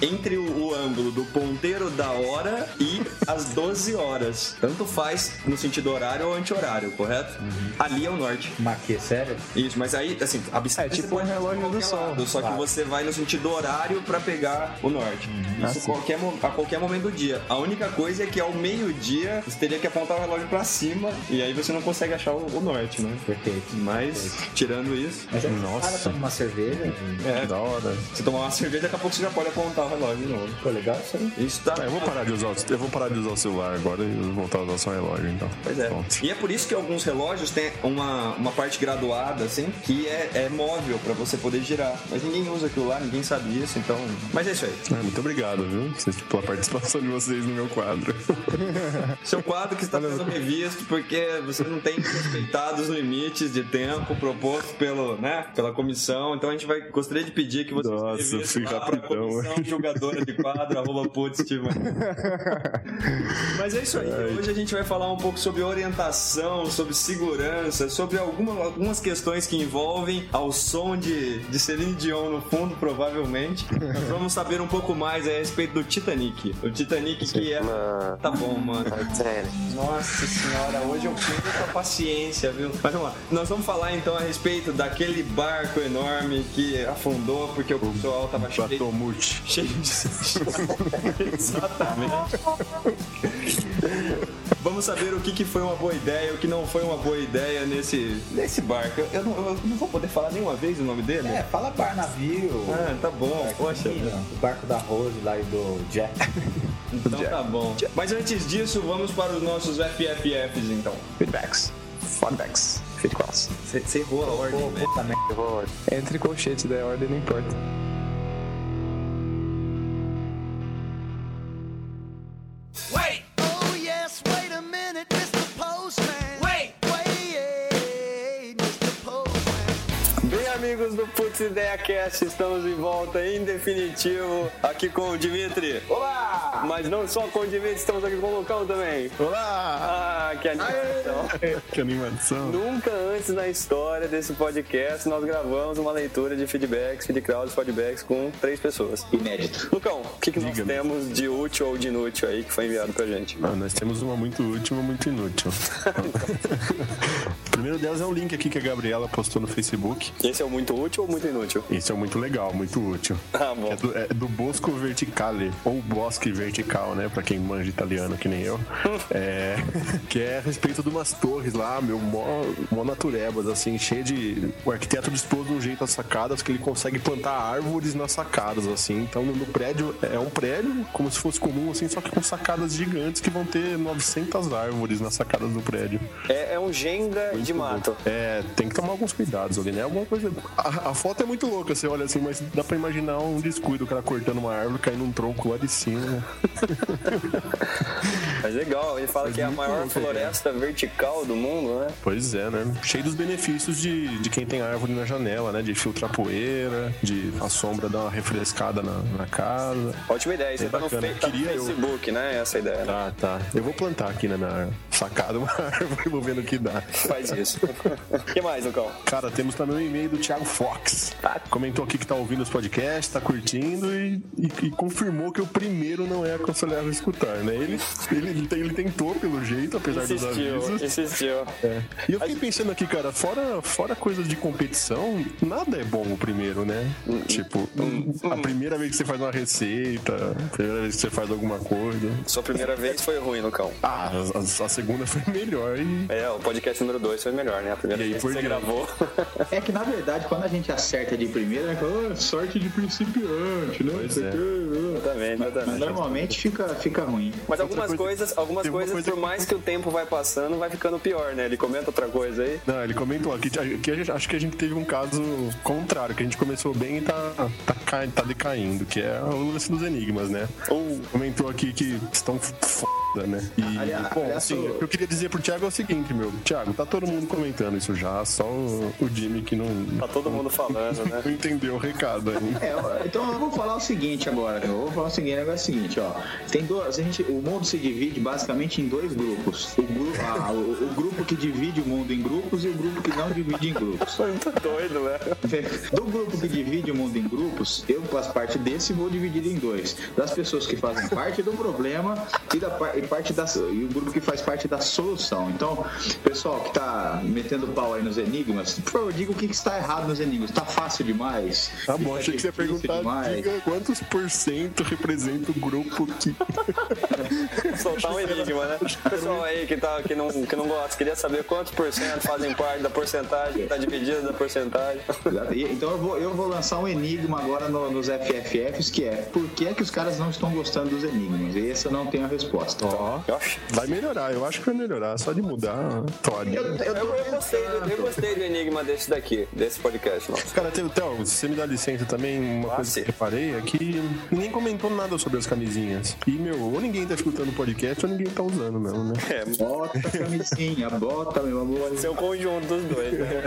entre o, o ângulo do ponteiro da hora e as 12 horas. Tanto faz no sentido horário ou anti-horário, correto? Ali é o norte. Maquê, sério? Isso, mas aí, assim, a bicicleta Uhum. É, você tipo pode um fazer em relógio do qualquer sol. lado, só que Claro. você vai no sentido horário pra pegar o norte. Isso Ah, sim. qualquer, mo- a qualquer momento do dia. A única coisa é que ao meio-dia você teria que apontar o relógio pra cima e aí você não consegue achar o, o norte, né? Perfeito. Mas, tirando isso, Mas é Nossa. Cara, toma uma cerveja. Que da hora. se tomar uma cerveja, daqui a pouco você já pode apontar o relógio de novo. Ficou legal isso aí? Isso tá. É, Ah, eu vou parar de usar o, eu vou parar de usar o celular agora e vou voltar a usar só o relógio, então. Pois é. Pronto. E é por isso que alguns relógios têm uma, uma parte graduada, assim, que é, é móvel pra você poder girar. Mas ninguém usa aquilo lá, ninguém sabe disso, então. Mas é isso aí. Ah, muito obrigado, viu? Vocês- Pela participação de vocês no meu quadro. Seu quadro que está sendo revisto porque você não tem respeitado os limites de tempo proposto pelo, né, pela comissão. Então a gente vai gostaria de pedir que você Nossa, fui rapidão, comissão hein? julgadora de quadro arroba putz, tipo. Mas é isso aí. Hoje a gente vai falar um pouco sobre orientação, sobre segurança, sobre alguma, algumas questões que envolvem ao som de, de Celine Dion no fundo, provavelmente. Nós vamos saber um pouco mais a respeito do Titanic. O Titanic que é Ah. Mano, Tá bom, mano. Ah, é sério. Nossa senhora, hoje eu perdi a paciência, viu? Mas vamos lá. Nós vamos falar então a respeito daquele barco enorme que afundou porque o pessoal tava cheio de Batomute. cheio de. Exatamente. Vamos saber o que, que foi uma boa ideia, o que não foi uma boa ideia nesse, nesse barco. Eu não, eu não vou poder falar nenhuma vez o nome dele? É, fala bar navio. Ah, tá bom, poxa. O barco da Rose lá e do Jack. Então tá bom. Mas antes disso, vamos para os nossos FFFs então. Feedbacks. Feedbacks. Feedbacks. Você errou a ordem, né? Pô, velho. puta merda. Entre colchetes, daí a ordem não importa. Wait! Oh, yes, wait a minute, Mr. Postman. Wait! Wait, Mr. Postman. Bem, amigos do Putz Ideia Cast, estamos de volta em definitivo aqui com o Dimitri. Olá! Mas não só com o Dimitri, estamos aqui com o Lucão também. Olá! Ah, que animação! Que animação. Nunca antes na história desse podcast nós gravamos uma leitura de feedbacks, feedcrowds, feedbacks com três pessoas. Inédito. Lucão, o que, que nós Diga-me. temos de útil ou de inútil aí que foi enviado pra gente? Ah, nós temos uma muito útil e uma muito inútil. o primeiro delas é um link aqui que a Gabriela postou no Facebook. Esse é o muito útil ou muito inútil? Esse é muito legal, muito útil. Ah, bom. É do, é do Bosco Verticale, ou Bosque Vertical, né? Pra quem manja italiano que nem eu. É, que é a respeito de umas torres lá, meu, mó, mó naturebas, assim, cheia de. O arquiteto dispôs de um jeito as sacadas que ele consegue plantar árvores nas sacadas, assim. Então no prédio, é um prédio como se fosse comum, assim, só que com sacadas gigantes que vão ter 900 árvores nas sacadas do prédio. É, é um Jenga de mato. É, tem que tomar alguns cuidados ali, né? Alguma coisa. A, a foto é muito louca, você olha assim, mas dá pra imaginar um descuido, o cara cortando uma árvore, caindo um tronco lá de cima. Mas legal, ele fala que é a maior louco, floresta vertical do mundo, né? Pois é, né? Cheio dos benefícios de, de quem tem árvore na janela, né? De filtrar poeira, de a sombra dar uma refrescada na, na casa. Ótima ideia. Isso É tá no, bacana. fe- tá no Queria eu. Facebook, né? Essa é a ideia. né? Tá, tá. Eu vou plantar aqui na minha sacada uma árvore, vou ver no que dá. Faz isso. O que mais, Lucão? Cara, temos também um e-mail do Thiago Fox. Comentou aqui que tá ouvindo os podcasts, tá curtindo e, e- e confirmou que o primeiro não é aconselhável escutar, né? Ele, ele, ele tem- ele tentou, pelo jeito, apesar dos Insistiu, avisos. insistiu. E eu fiquei pensando aqui, cara, fora, fora coisas de competição, nada é bom o primeiro, né? Tipo, a primeira vez que você faz uma receita, a primeira vez que você faz alguma coisa. Sua primeira vez foi ruim, Lucão. Ah, a, a- a segunda foi melhor e. É, o podcast número 2 foi melhor, né? A primeira E aí, vez que por você diante. gravou. É que na verdade, quando a gente acerta de primeira, é que, "Ah, sorte de principiante, né? Pois é. Exatamente, Mas exatamente. normalmente fica, fica ruim. Mas algumas Outra coisa- coisas, algumas tem uma coisas, coisa por que- mais que o tempo vai passando, vai ficando pior, né? Ele comenta outra coisa aí. Não, ele comentou aqui que, que a gente- acho que a gente teve um caso contrário, que a gente começou bem e tá, tá, cai- tá decaindo, que é o lance dos enigmas, né? Ou comentou aqui que estão f- foda, né? E, Ah, Aliás- bom, aliás, assim, o- eu queria dizer pro Thiago é o seguinte, meu. Thiago, tá todo mundo comentando isso já, só o, o Jimmy que não, Tá todo mundo falando, né? não entendeu o recado ainda. É, ó, então eu vou falar o seguinte agora. Eu vou falar o seguinte, o negócio é o seguinte, ó. Tem dois, a gente, o mundo se divide basicamente em dois grupos. O, gru, ah, o, o grupo que divide o mundo em grupos e o grupo que não divide em grupos. Tá doido, né? Do grupo que divide o mundo em grupos, eu faço parte desse e vou dividido em dois. Das pessoas que fazem parte do problema e, da, par- e parte da, e o grupo que faz parte da solução. Então, pessoal que tá metendo pau aí nos enigmas, por favor, diga o que, que está errado nos enigmas. Tá fácil demais? Tá bom, Fica achei que você ia difícil perguntar, demais? diga quantos por cento representa o grupo que... Soltar um enigma, né? Pessoal aí que, tá, que, não, que não gosta, queria saber quantos por cento fazem parte da porcentagem, que tá dividida da porcentagem. E- Então eu vou, eu vou lançar um enigma agora no- nos FFFs, que é por que, é que os caras não estão gostando dos enigmas? E essa eu não tem a resposta. Ó, Oxi. vai melhorar, eu acho que vai melhorar, só de mudar, Todd. eu, Eu, eu gostei, do- eu gostei do enigma desse daqui, desse podcast, nosso. Cara, teve, Theo, se você me dá licença também, uma Ah, coisa sim. que eu reparei é que ninguém comentou nada sobre as camisinhas. E, meu, ou ninguém tá escutando o podcast ou ninguém tá usando mesmo, né? Bota a camisinha, bota, meu amor. Seu conjunto dos dois, né?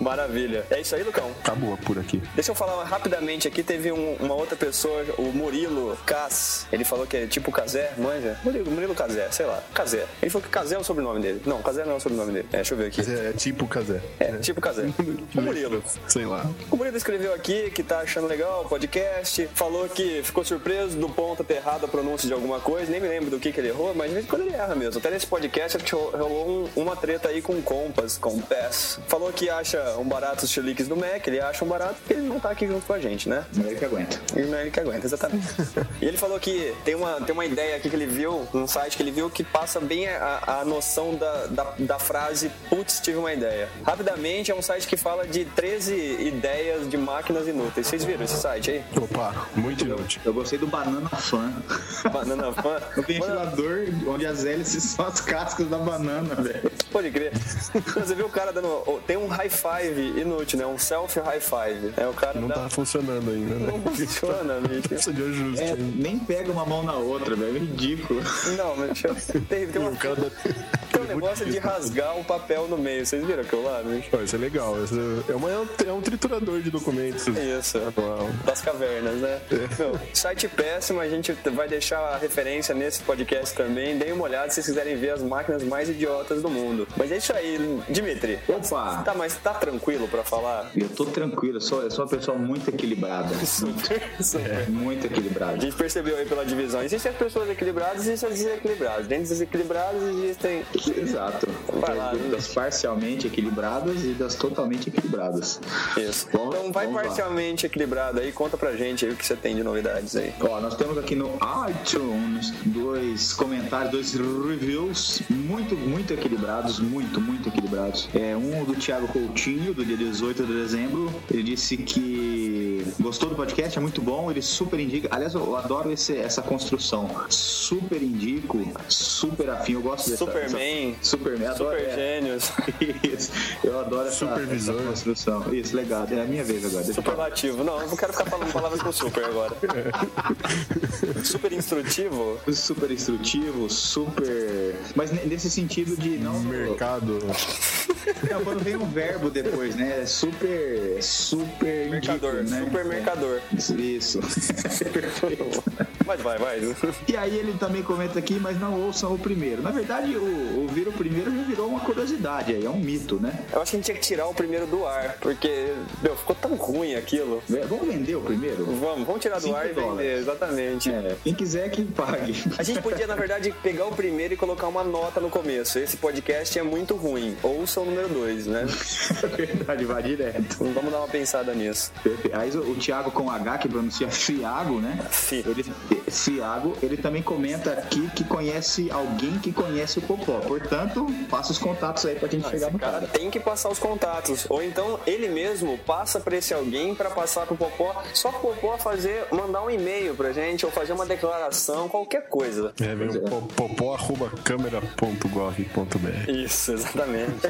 Maravilha. É isso aí, Lucão. Acabou Tá por aqui. Deixa eu falar rapidamente aqui, teve um- uma outra pessoa, o Murilo Cas. Ele falou que é tipo Casé, manja? Murilo, Murilo Casé, sei lá. Casé. Ele falou que Casé é o sobrenome dele. Não, Casé não é o sobrenome dele. É, deixa eu ver aqui. É, é tipo Casé. É, tipo Casé. O Murilo. Sei lá. O Murilo escreveu aqui que tá achando legal o podcast, falou que ficou surpreso do ponto ter errado a pronúncia de alguma coisa, nem me lembro do que, que ele errou, mas de vez em quando ele erra mesmo. Até nesse podcast acho que ro- rolou um- uma treta aí com o Compass, com o Pass. Falou que acha um barato os chiliques do Mac, ele acha um barato porque ele não tá aqui junto com a gente, né? Mulher que aguenta. E não é ele que aguenta, exatamente. e ele falou que tem uma, tem uma ideia aqui que ele viu, um site que ele viu que passa bem a, a noção da, da, da frase putz, tive uma ideia. Rapidamente, é um site que fala de 13 ideias de máquinas inúteis. Vocês viram esse site aí? Opa, muito inútil. Eu gostei do Banana Fan. Banana Fan. O ventilador onde as hélices são as cascas da banana, velho. Pode crer. Você viu o cara dando. oh, Tem um high five inútil, né? Um self high five. É o cara Não dá- tá funcionando ainda, né? Não funciona, bicho. Precisa de ajuste. É, ainda. nem pega uma mão na outra, velho. É ridículo. Não, mas deixa eu- tem, tem, uma- O cara é dá... tem um negócio de rasgar o papel no meio. Vocês viram aquilo lá, bicho? Pô, isso é legal. Isso é, uma, é um triturador de documentos. Isso. Uau. das cavernas, né? É. Meu, site péssimo, a gente vai deixar a referência nesse podcast também. Deem uma olhada se vocês quiserem ver as máquinas mais idiotas do mundo. Mas é isso aí, Dimitri. Opa! Tá, mas tá tranquilo pra falar? Eu tô tranquilo, eu sou, eu sou uma pessoa muito equilibrada. É. Super. Muito A equilibrada. gente percebeu aí pela divisão. Existem as pessoas equilibradas e existem as desequilibradas. Dentro das desequilibradas existem. Exato. Vai lá, Tem das parcialmente equilibradas e das totalmente equilibradas. Isso. Vamos- Então vai vamos lá. parcialmente equilibrado aí, conta pra gente aí o que você tem de novidades aí. Ó, nós temos aqui no iTunes Então, dois comentários, dois reviews muito, muito equilibrados, muito, muito equilibrados. É um do Thiago Coutinho, do dia 18 de dezembro. Ele disse que gostou do podcast, é muito bom, ele super indica. Aliás, eu adoro esse- essa construção. Super indico, super afim, eu gosto dessa. Superman, Superman. Superman. Adoro, Super é. gênios. Isso. Eu adoro essa, Supervisor. essa construção. Isso, legado. É a minha vez agora. Deixa eu falar. Superlativo. Não, eu não quero ficar falando palavras com super agora. Super instrutivo? Super instrutivo, super. Mas ne- nesse sentido de não. Mercado. Não, quando vem um verbo depois, né? É Super. Super. Mercador. indico, né? Super mercador. É. Isso. Perfeito. Mas vai, vai. E aí ele também comenta aqui, mas não ouçam o primeiro. Na verdade, o ouvir o primeiro já virou uma curiosidade aí, é um mito, né? Eu acho que a gente tinha que tirar o primeiro do ar, porque, meu, ficou tão ruim aquilo. Vamos vender o primeiro? Vamos, vamos tirar do Cinco ar e vender, dólares. exatamente. É, quem quiser que pague. A gente podia, na verdade, pegar o primeiro e colocar uma nota no começo. Esse podcast é muito ruim. Ouça o número dois, né? Então, Na verdade, vai direto. Vamos dar uma pensada nisso. Aí o o Thiago com H, que pronuncia Fiago, né? Fi. Ele, Fiago, ele também comenta aqui que conhece alguém que conhece o Popó. Portanto, passa os contatos aí pra gente chegar Esse no cara cara. tem que passar os contatos. Ou então ele mesmo passa pra esse alguém pra passar pro Popó. Só pro Popó fazer, mandar um e-mail pra gente ou fazer uma declaração, qualquer coisa. É, vem o po- popó arroba câmera.gov.br. Isso, exatamente.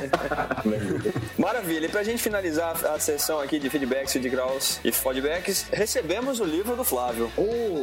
Maravilha. E pra gente finalizar a sessão aqui de feedbacks, de graus e feedbacks, recebemos o livro do Flávio.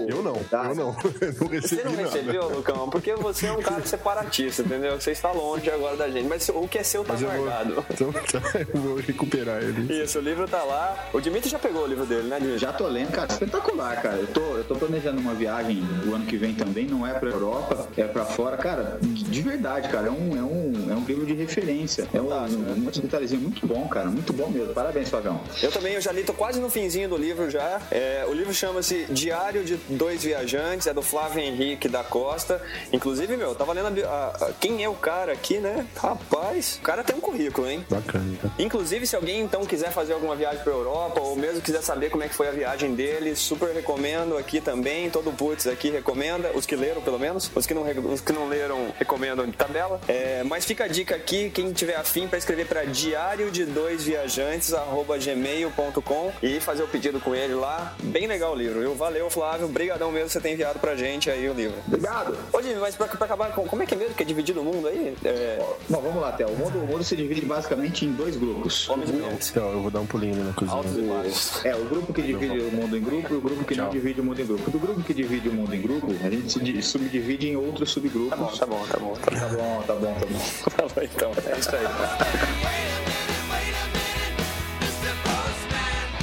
Eu não, eu não. Eu não recebi Você não é nada. recebeu, Lucão? Porque você é um cara separatista, entendeu? Você está longe agora da gente. Mas o que é seu tá Mas eu vou, guardado. então tá, eu vou recuperar ele. Isso, o livro tá lá. O Dimitri já pegou o livro dele, né, Dimitri? Já tô lendo, cara, espetacular, cara. Eu tô, eu tô planejando uma viagem o ano que vem também, não é pra Europa, é pra fora. Cara, de verdade, cara, é um, é um, é um livro de referência. É um, né? um monte de detalhezinho muito bom, cara, muito bom mesmo. Parabéns, Fabião. Eu também, eu já li, tô quase no finzinho do livro já. É, o livro chama-se Diário de Dois Viajantes, é do Flávio Henrique da Costa. Inclusive, meu, eu tava lendo a bi- a- a- quem é o cara aqui, né? Rapaz, o cara tem um currículo, hein? Bacana. então. Inclusive, se alguém então quiser fazer alguma viagem pra Europa ou mesmo quiser saber como é que foi a viagem dele, super recomendo aqui também. Todo o Putz aqui recomenda, os que leram pelo menos, os que não, re- os que não leram recomendam de tabela. É, mas fica a dica aqui, quem tiver afim pra escrever pra diário de dois viajantes, arroba gmail.com e fazer o pedido com ele lá. Bem legal o livro, viu? Valeu, Flávio. Obrigadão mesmo por você ter enviado pra gente aí o livro. Obrigado. Ô, Jimmy, mas pra, pra acabar com. Como é que é mesmo que é dividido o mundo aí? É, Bom, vamos lá, Theo. O mundo, o mundo se divide basicamente em dois grupos. homens e mulheres. Então, eu vou dar um pulinho ali na Altos e cozinha. baixos. É, o grupo que divide o mundo em grupo e o grupo que não divide o mundo em grupo. Do grupo que divide o mundo em grupo, a gente se di- subdivide em outros subgrupos. Tá bom, tá bom, tá bom. Tá bom, tá bom, tá bom. Tá bom, então. É isso aí. Wait a minute, Mr. Postman.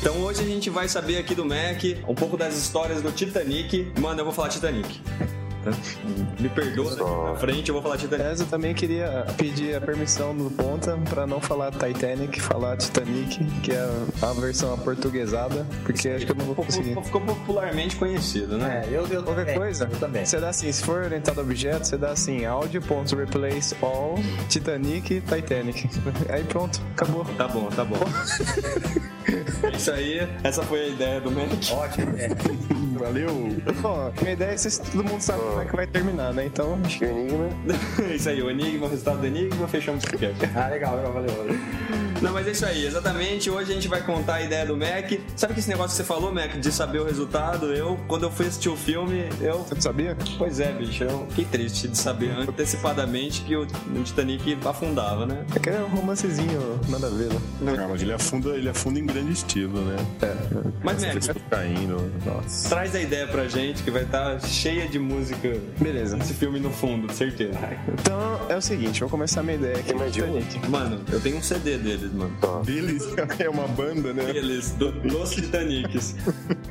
Então hoje a gente vai saber aqui do Mac um pouco das histórias do Titanic. Mano, eu vou falar Titanic. Me perdoa daqui pra frente, eu vou falar Titanic. Aliás, eu também queria pedir a permissão do Ponta pra não falar Titanic, falar Titanic, que é a versão aportuguesada, porque acho que eu não vou conseguir. Ficou- Ficou popularmente conhecido, né? É, eu, eu Qualquer também, coisa, Eu também. você dá assim, se for orientado a objeto, você dá assim, audio.replace all, Titanic, Titanic. Aí pronto, acabou. Tá bom, tá bom. É isso aí, essa foi a ideia do Mac. Ótimo. É. Valeu! Bom, minha ideia é se todo mundo sabe como é que vai terminar, né? Então, acho E que o Enigma, É isso aí, o Enigma, o resultado do Enigma, fechamos o podcast. Ah, legal, legal, valeu. valeu. Não, mas é isso aí, exatamente. Hoje a gente vai contar a ideia do Mac. Sabe que esse negócio que você falou, Mac, de saber o resultado? Eu, quando eu fui assistir o filme, eu você sabia? Pois é, bicho, eu fiquei triste de saber antecipadamente que o Titanic afundava, né? É que é um romancezinho, nada a ver, né? Ah, mas ele afunda, ele afunda em grande estilo, né? tá Mas, Mac, Caindo, nossa. traz a ideia pra gente que vai estar cheia de música Beleza. esse filme no fundo, certeza. Então, é o seguinte, eu vou começar minha ideia aqui. Tem mais de um? Titanic. Mano, eu tenho um CD deles, mano. Deles é uma banda, né? Eles, do, dos Titanics.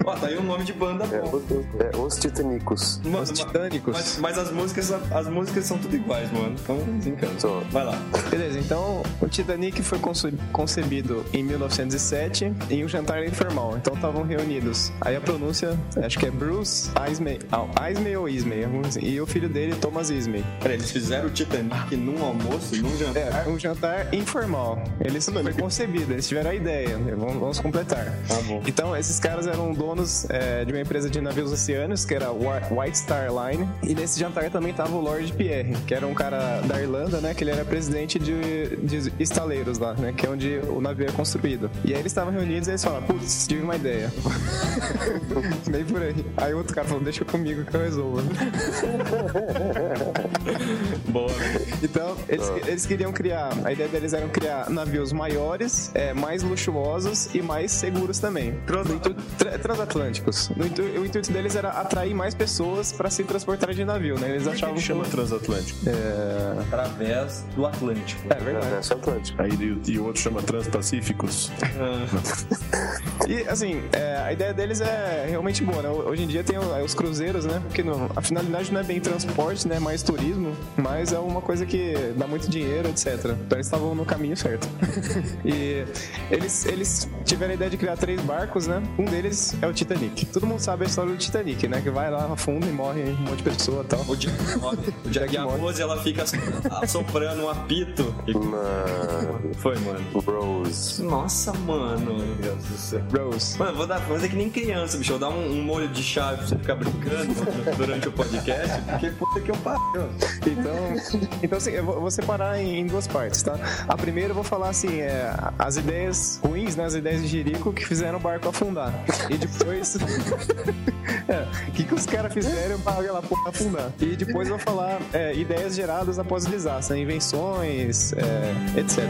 Ó, tá aí um nome de banda é, bom. os, os- é, os Titanicos. Mano, Os ma- Titânicos. Mas, mas as, músicas, as músicas são tudo iguais, mano. Então, desencanta. Só. Vai lá. Beleza, então o Titanic foi conce- concebido em 1907 em um jantar informal. Então estavam reunidos. Aí a pronúncia, acho que é Bruce Ismay, ah, Ismay ou Ismay, alguma coisa assim. e o filho dele, Thomas Ismay. Peraí, eles fizeram o Titanic num almoço, num jantar. É, um jantar informal. Eles foi concebido, eles tiveram a ideia. né? Vamos, vamos completar. bom. Então, esses caras eram donos é, de uma empresa de navios oceanos, que era a Wa- White Star Line. E nesse jantar também tava o Lord Pierre, que era um cara da Irlanda, né? Que ele era presidente de, de estaleiros lá, né? Que é onde o navio é construído. E aí eles estavam reunidos e eles falaram, putz, tive uma ideia. Bem por aí. Aí o outro cara falou, deixa comigo que eu resolvo. Boa, velho. Então, eles, eles queriam criar. A ideia deles era criar navios maiores, é, mais luxuosos e mais seguros também. No intuito- tra- transatlânticos. No intu- o intuito deles era atrair mais pessoas pra se transportar de navio, né? Eles achavam que chama transatlântico. Através do Atlântico. É verdade. Atravessa o Atlântico. Aí e, e o outro chama transpacíficos. E assim, é, a ideia deles é realmente boa, né? Hoje em dia tem o- os cruzeiros, né? Porque não- a finalidade não é bem transporte, né? Mais turismo, mas é uma coisa que dá muito dinheiro, etc. Então eles estavam no caminho certo. e eles, eles tiveram a ideia de criar três barcos, né? Um deles é o Titanic. Todo mundo sabe a história do Titanic, né? Que vai lá, afunda e morre um monte de pessoa e tal. O Jack Morgan. O Jack Jack e a Morgan. Rose, ela fica soprando um apito. Mano, Foi, mano. bros. Nossa, mano. Meu Deus do céu. Rose. Mano, vou dar, vou fazer que nem criança, bicho. Eu dar um, um molho de chave pra você ficar brincando durante o podcast. Porque puta que eu pariu. Então, então assim, eu vou eu vou separar em, em duas partes, tá? A primeira eu vou falar assim, é, as ideias ruins, né? As ideias de Jerico que fizeram o barco afundar. E depois. É, O que, que os caras fizeram pra aquela porra afundar? E depois eu vou falar é, ideias geradas após o desastre, né, invenções, é, etc.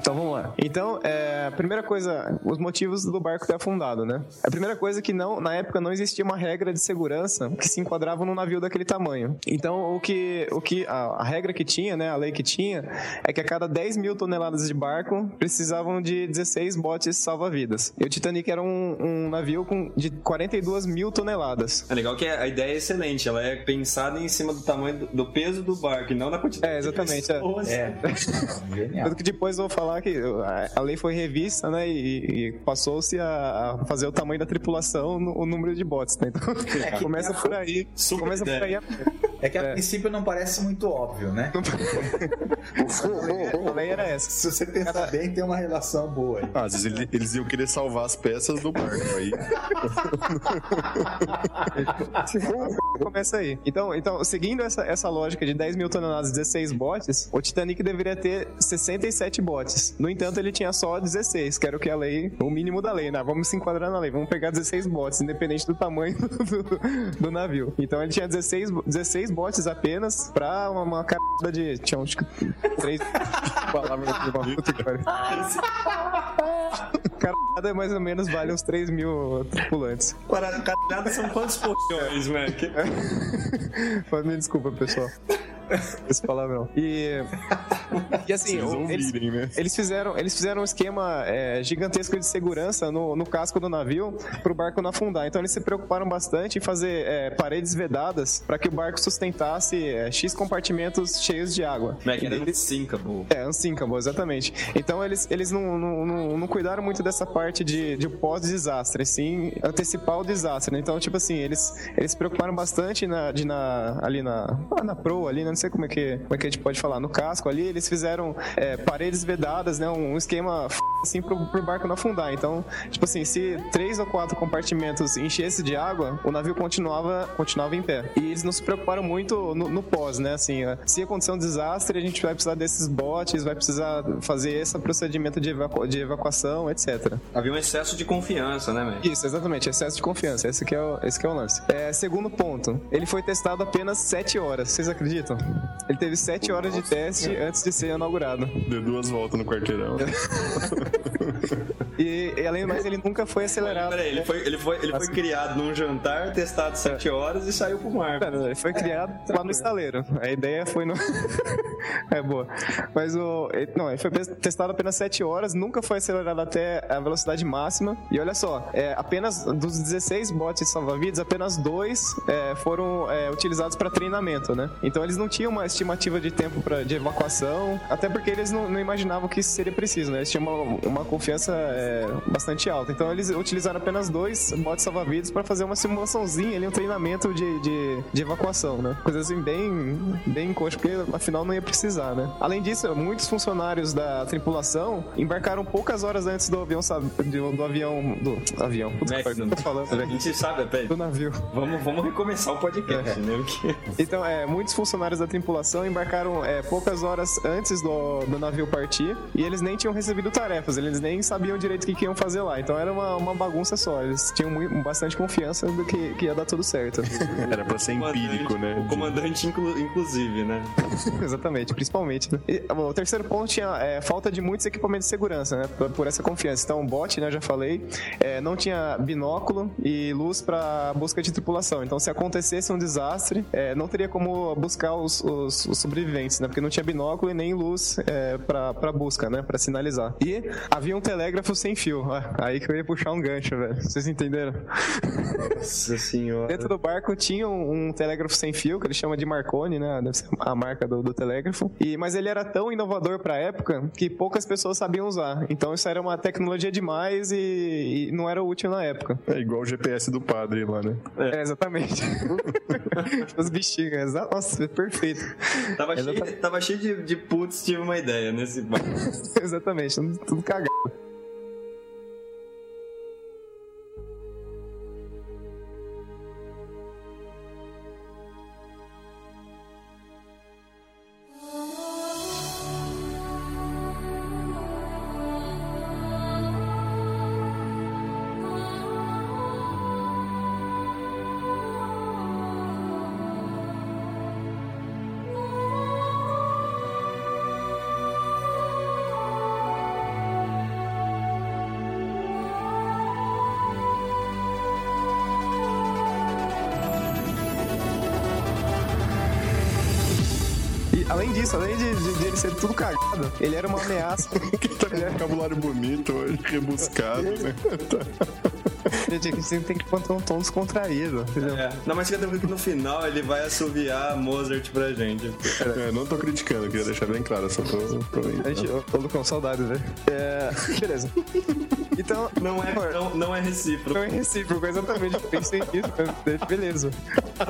Então vamos lá. Então, é, a primeira coisa, os motivos do barco ter afundado, né? A primeira coisa é que não, na época não existia uma regra de segurança que se enquadrava num navio daquele tamanho. Então, o que, o que a, a regra que tinha, né, a lei que tinha, é que a cada 10 mil toneladas de barco precisavam de 16 botes salva-vidas. E o Titanic era um, um navio com, de 42 mil toneladas. É legal que a ideia é excelente. Ela é pensada em cima do tamanho, do, do peso do barco e não da quantidade. É, exatamente, de é. pessoas. Genial. Tanto que depois eu vou falar que a- a lei foi revista, né? E, e passou-se a, a fazer o tamanho da tripulação no, o número de bots, né? Então, começa por aí. É Super começa por aí. ideia. A, É que a É. princípio não parece muito óbvio, né? a lei era essa. Se você pensar bem, tem uma relação boa aí. Ah, às vezes ele- eles iam querer salvar as peças do barco aí. Começa aí. Então, então seguindo essa, essa lógica de 10 mil toneladas e 16 botes, o Titanic deveria ter 67 botes. No entanto, ele tinha só 16, que era o que a lei, o mínimo da lei, né? Vamos se enquadrar na lei, vamos pegar 16 botes, independente do tamanho do, do navio. Então ele tinha 16, bo- 16 botes apenas pra uma, uma carada de. Tinha uns três palavras de uma puta que pariu. Carada mais ou menos vale uns 3 mil tripulantes. Para- Caralhada são quantos portões, Mac? Mas me desculpa, pessoal. Esse palavrão. E. E assim, Vocês o- eles, ouvirem, né? eles fizeram, eles fizeram um esquema é, gigantesco de segurança no, no casco do navio pro barco não afundar. Então eles se preocuparam bastante em fazer é, paredes vedadas para que o barco sustentasse é, X compartimentos cheios de água. Mac era E um síncabo. é, Unsinkable, exatamente. Então eles, eles não, não, não, não cuidaram muito dessa parte de, de pós-desastre, sim antecipar o desastre. né? Então, tipo assim, eles, eles se preocuparam bastante na, de na, ali na, ah, na proa, ali, né? não sei como é, que, como é que a gente pode falar, no casco ali, eles fizeram é, paredes vedadas, né? Um esquema f- assim pro, pro barco não afundar. Então, tipo assim, se três ou quatro compartimentos enchesse de água, o navio continuava, continuava em pé. E eles não se preocuparam muito no, no pós, né? Assim, eh, se acontecer um desastre, a gente vai precisar desses botes, vai precisar fazer esse procedimento de, evacua- de evacuação, etc. Havia um excesso de confiança, né, Mac? Isso, exatamente, excesso de confiança. Esse que é o, esse que é o lance. É, segundo ponto, ele foi testado apenas 7 horas, vocês acreditam? Ele teve 7 horas de teste antes de ser inaugurado. Deu duas voltas no quarteirão. E, e além do mais, ele nunca foi acelerado. Peraí, ele foi, ele foi, ele Assim. foi criado num jantar, testado 7 horas e saiu pro mar. Cara, ele foi criado lá no estaleiro. A ideia foi no. é boa. Mas o. ele- Não, ele foi pe- testado apenas 7 horas, nunca foi acelerado até a velocidade máxima. E olha só, é, apenas dos 16 botes salva-vidas, apenas dois é, foram é, utilizados para treinamento, né? Então eles não tinham uma estimativa de tempo pra, de evacuação, até porque eles não, não imaginavam que isso seria preciso, né? Eles tinham uma, uma confiança é, bastante alta. Então eles utilizaram apenas dois botes salva-vidas para fazer uma simulaçãozinha ali, um treinamento de, de, de evacuação, né? Coisa assim bem, bem coxa, porque afinal não ia precisar, né? Além disso, muitos funcionários da tripulação embarcaram poucas horas antes do avião sab- do, do avião do avião. Puta que Max, pariu, não. tô falando, A velho. gente sabe, peraí. do navio. Vamos, vamos recomeçar o É. podcast, né? Porque... Então, é, muitos funcionários da tripulação embarcaram é, poucas horas antes do, do navio partir e eles nem tinham recebido tarefas, eles nem sabiam direito o que, que iam fazer lá. Então era uma, uma bagunça só. Eles tinham mui- bastante confiança do que, que ia dar tudo certo. Era pra ser empírico, né? O comandante, inclu- inclusive, né? Exatamente, principalmente. né? E, bom, o terceiro ponto tinha é, falta de muitos equipamentos de segurança, né? Por, por essa confiança. Então, o bot, né, eu já falei, é, não tinha binóculo e luz para busca de tripulação. Então, se acontecesse um desastre, é, não teria como buscar os, os- os sobreviventes, né? Porque não tinha binóculo e nem luz é, para busca, né? Para sinalizar. E havia um telégrafo sem fio. Ah, aí que eu ia puxar um gancho, velho. Vocês entenderam? Nossa senhora. Dentro do barco tinha um, um telégrafo sem fio, que ele chama de Marconi, né? Deve ser a marca do, do telégrafo. E, mas ele era tão inovador pra época que poucas pessoas sabiam usar. Então isso era uma tecnologia demais e, e não era útil na época. É igual o GPS do padre lá, né? É, exatamente. Os bichinhos. exa- Nossa, é perfeito. Tava cheio, tava cheio de, de putz, tive uma ideia nesse barco. Exatamente. Tudo, tudo cagado. E além disso, além de, de- de ele ser tudo cagado, ele era uma ameaça. Tá com um vocabulário bonito hoje, rebuscado, né? Gente, aqui você tem que botar um tom descontraído, entendeu? É. Não, mas fica tranquilo que no final ele vai assoviar Mozart pra gente. É, não tô criticando, queria deixar bem claro, só tô, tô A gente, ô, ô, Lucão, saudades, velho. É, beleza. Então, Não é, Não, não, não é recíproco. não é recíproco, exatamente. Eu Pensei nisso, mas beleza.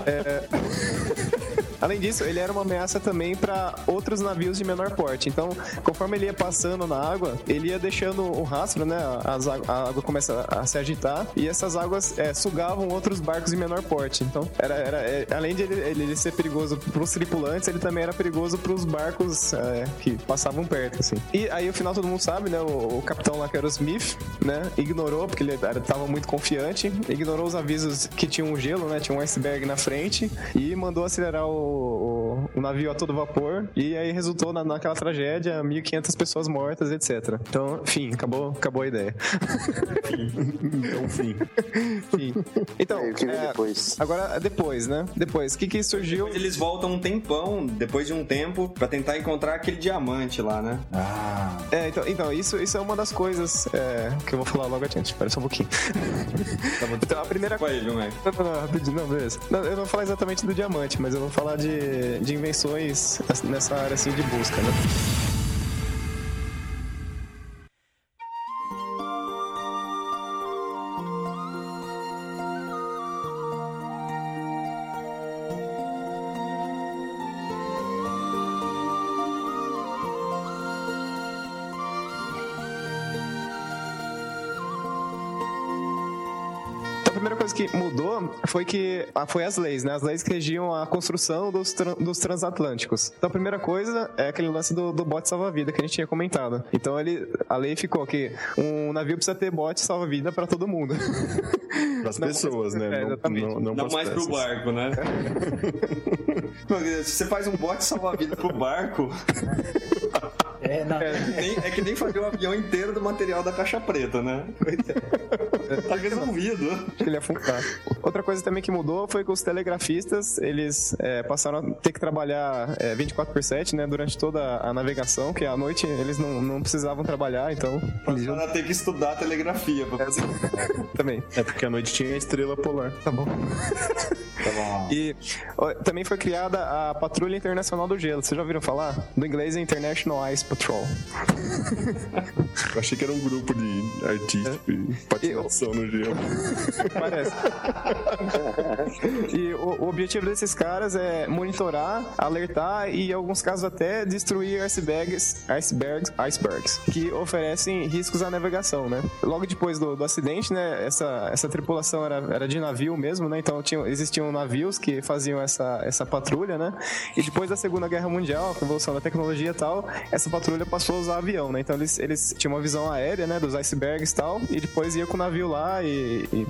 É, Além disso, ele era uma ameaça também para outros navios de menor porte. Então, conforme ele ia passando na água, ele ia deixando o rastro, né? As á- a água começa a se agitar e essas águas é, sugavam outros barcos de menor porte. Então, era, era- é, além de ele, ele- ele ser perigoso para os tripulantes, ele também era perigoso para os barcos é, que passavam perto, assim. E aí, no final, todo mundo sabe, né? O, o capitão lá, que era o Smith, né? Ignorou, porque ele estava muito confiante, ignorou os avisos que tinha um gelo, né? Tinha um iceberg na frente e mandou acelerar o, o- o navio a todo vapor. E aí resultou na- naquela tragédia: 1.500 pessoas mortas, etc. Então, enfim, acabou, acabou a ideia. Então, fim. Enfim. Então, É, o que vem é, depois? agora depois, né? Depois, o que, que surgiu? Eles voltam um tempão, depois de um tempo, pra tentar encontrar aquele diamante lá, né? É, então, então isso, isso é uma das coisas é, que eu vou falar logo adiante. Espera só um pouquinho. então, a primeira Desculpa aí, viu, Mac? Não, não, não, rapidinho, Ah, não, beleza. Não, eu não vou falar exatamente do diamante, mas eu vou falar de, de invenções nessa área assim de busca, né? Então, a primeira coisa que mudou foi que ah, foi as leis, né? As leis que regiam a construção dos, tran- dos transatlânticos. Então, a primeira coisa é aquele lance do, do bote salva-vida que a gente tinha comentado. Então, ele, a lei ficou que um navio precisa ter bote salva-vida pra todo mundo. Pras Não, pessoas, é, né? Não, exatamente. não, Não não, pras mais pro peças. barco, né? Não, quer dizer, Se você faz um bote salva-vida pro barco, É, não. nem- é que nem fazer um avião inteiro do material da caixa preta, né? Tá resolvido. Acho que ele ia afundar. Outra coisa também que mudou foi que os telegrafistas, eles é, passaram a ter que trabalhar é, 24 por 7, né? Durante toda a navegação, que à noite eles não, não precisavam trabalhar, então... Eles iam... Ela tem que estudar telegrafia pra fazer. Também. É porque à noite tinha a estrela polar. Tá bom. E ó, também foi criada a Patrulha Internacional do Gelo. Vocês já ouviram falar? Do inglês é International Ice Patrol. Eu achei que era um grupo de artistas É. de patinação no gelo. Parece. e o, o objetivo desses caras é monitorar, alertar e, em alguns casos, até destruir icebergs, icebergs, icebergs que oferecem riscos à navegação, né? Logo depois do, do acidente, né? Essa, essa tripulação Então, era, era de navio mesmo, né? Então tinha, existiam navios que faziam essa, essa patrulha, né? E depois da Segunda Guerra Mundial, com a evolução da tecnologia e tal, essa patrulha passou a usar avião, né? Então eles, eles tinham uma visão aérea, né? Dos icebergs e tal, e depois ia com o navio lá e, e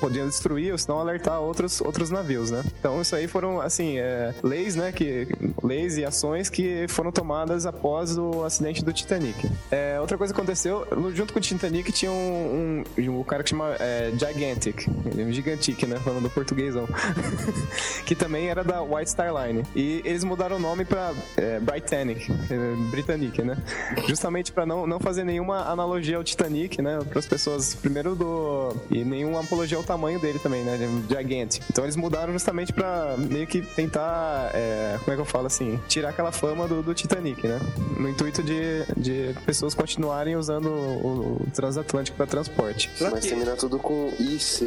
podiam destruir ou se não alertar outros, outros navios, né? Então isso aí foram, assim, é, leis, né? Que, leis e ações que foram tomadas após o acidente do Titanic. É, outra coisa que aconteceu, no- junto com o Titanic tinha um, um, um cara que chama é, Gigantic, ele é um Gigantic, né? Falando portuguesão. que também era da White Star Line. E eles mudaram o nome pra é, Britannic, é, Britannic, né? Justamente pra não, não fazer nenhuma analogia ao Titanic, né? Para as pessoas, primeiro do. E nenhuma apologia ao tamanho dele também, né? Ele é um Gigante. Então eles mudaram justamente pra meio que tentar. é, como é que eu falo assim? Tirar aquela fama do, do Titanic, né? No intuito de, de pessoas continuarem usando o, o transatlântico pra transporte. Mas terminar tudo com IC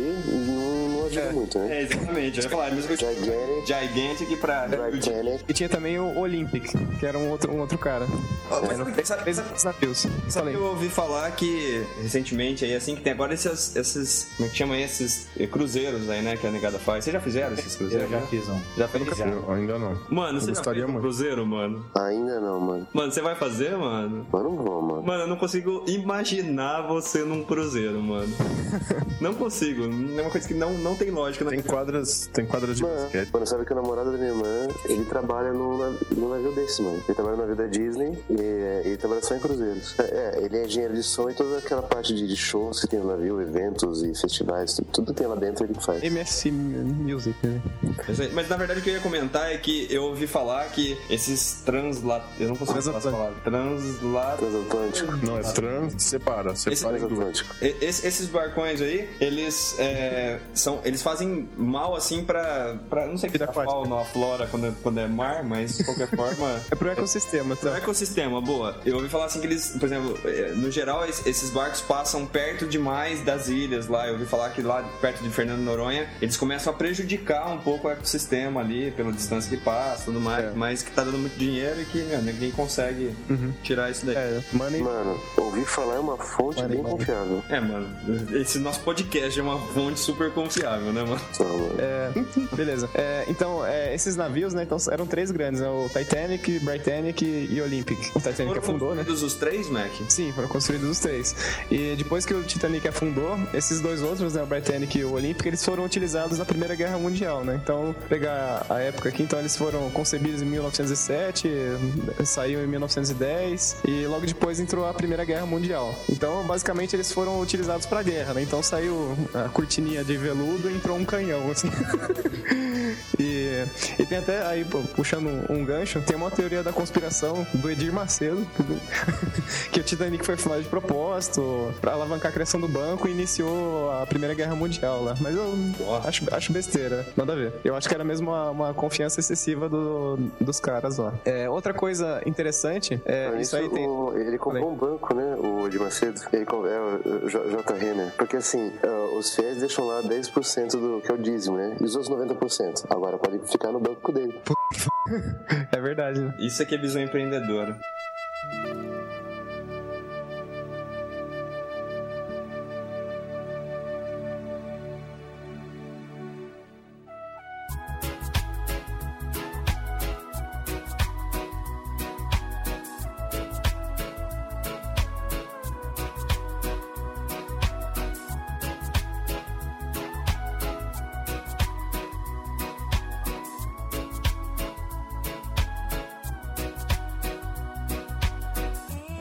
não, não ajuda muito, né? É, exatamente. Eu ia falar a mesma coisa. Gigantic, Gigantic pra. Britannic, E tinha também o Olympic, que era um outro, um outro cara. Mas sabe- Três sabe- navios. Sabe que eu ouvi falar que recentemente aí, assim que tem agora esses, esses como é que chama esses eh, cruzeiros aí, né, que a negada faz. Vocês já fizeram esses cruzeiros? Eu já fiz um. Já fez? Já. Eu ainda não. Mano, você já gostaria fez um muito. cruzeiro, mano? ainda não, mano. Mano, você vai fazer, mano? Mas não vou, mano. Mano, eu não consigo imaginar você num cruzeiro, mano. não consigo. É uma coisa que não, não tem lógica. na Tem quadras, tem quadras de Mano, basquete. mano, sabe que o namorado da minha irmã, ele trabalha num, nav- num navio desse, mano. Ele trabalha no navio da Disney e é, ele trabalha só em cruzeiros. É, é, ele é engenheiro de som e toda aquela parte de, de shows que tem no navio, eventos e festivais, tudo, tudo tem lá dentro ele que faz. MSC Music, né? Mas, é, mas, na verdade o que eu ia comentar é que eu ouvi falar que esses transla... Eu não consigo falar essa palavra. Transla... Transatlântico. Não, é trans, separa. Separa em duas. Transatlântico. E- esse- esses barcões aí, eles é, são, eles fazem mal assim pra, pra não sei que Vida dá pau na flora quando, é- quando é mar, mas de qualquer forma. É pro ecossistema, O tá? ecossistema, boa. Eu ouvi falar assim que eles, por exemplo, eh, no geral es- esses barcos passam perto demais das ilhas lá. Eu ouvi falar que lá perto de Fernando Noronha eles começam a prejudicar um pouco o ecossistema ali, pela distância que passa e tudo mais. Mas que tá dando muito dinheiro e que meu, ninguém consegue tirar isso daí. É, money. Mano, ouvir falar é uma fonte Mano, bem mano. confiável. É, mano, esse nosso podcast é uma fonte super confiável, né, mano? Só, mano. É, beleza. É, então, é, esses navios, né? Então, eram três grandes, né? O Titanic, Britannic e Olympic. O Titanic afundou, né? construídos os três, Mac? Sim, foram construídos os três. E depois que o Titanic afundou, esses dois outros, né, o Britannic e o Olympic, eles foram utilizados na Primeira Guerra Mundial, né? Então, pegar a época aqui, então eles foram concebidos em 1907, saiu em 1910 e logo depois entrou a Primeira Guerra Mundial. Então, basicamente eles foram utilizados pra guerra, né? Então saiu a cortininha de veludo e entrou um canhão assim. E, e tem até aí, pô, puxando um gancho, tem uma teoria da conspiração do Edir Macedo, que o Titanic foi filmado de propósito pra alavancar a criação do banco e iniciou a Primeira Guerra Mundial lá. Mas eu acho, acho besteira, nada a ver. Eu acho que era mesmo uma, uma confiança excessiva do- dos caras lá. É, outra coisa interessante, é, Então, isso aí tem. o- ele comprou um banco, né? O de Macedo. Ele com- é o J- J. Renner. Porque assim, ah, os fiéis deixam lá 10% do que é o dízimo, né? E os outros 90%. Agora pode ficar no banco dele. É verdade, né? Isso aqui é visão empreendedora.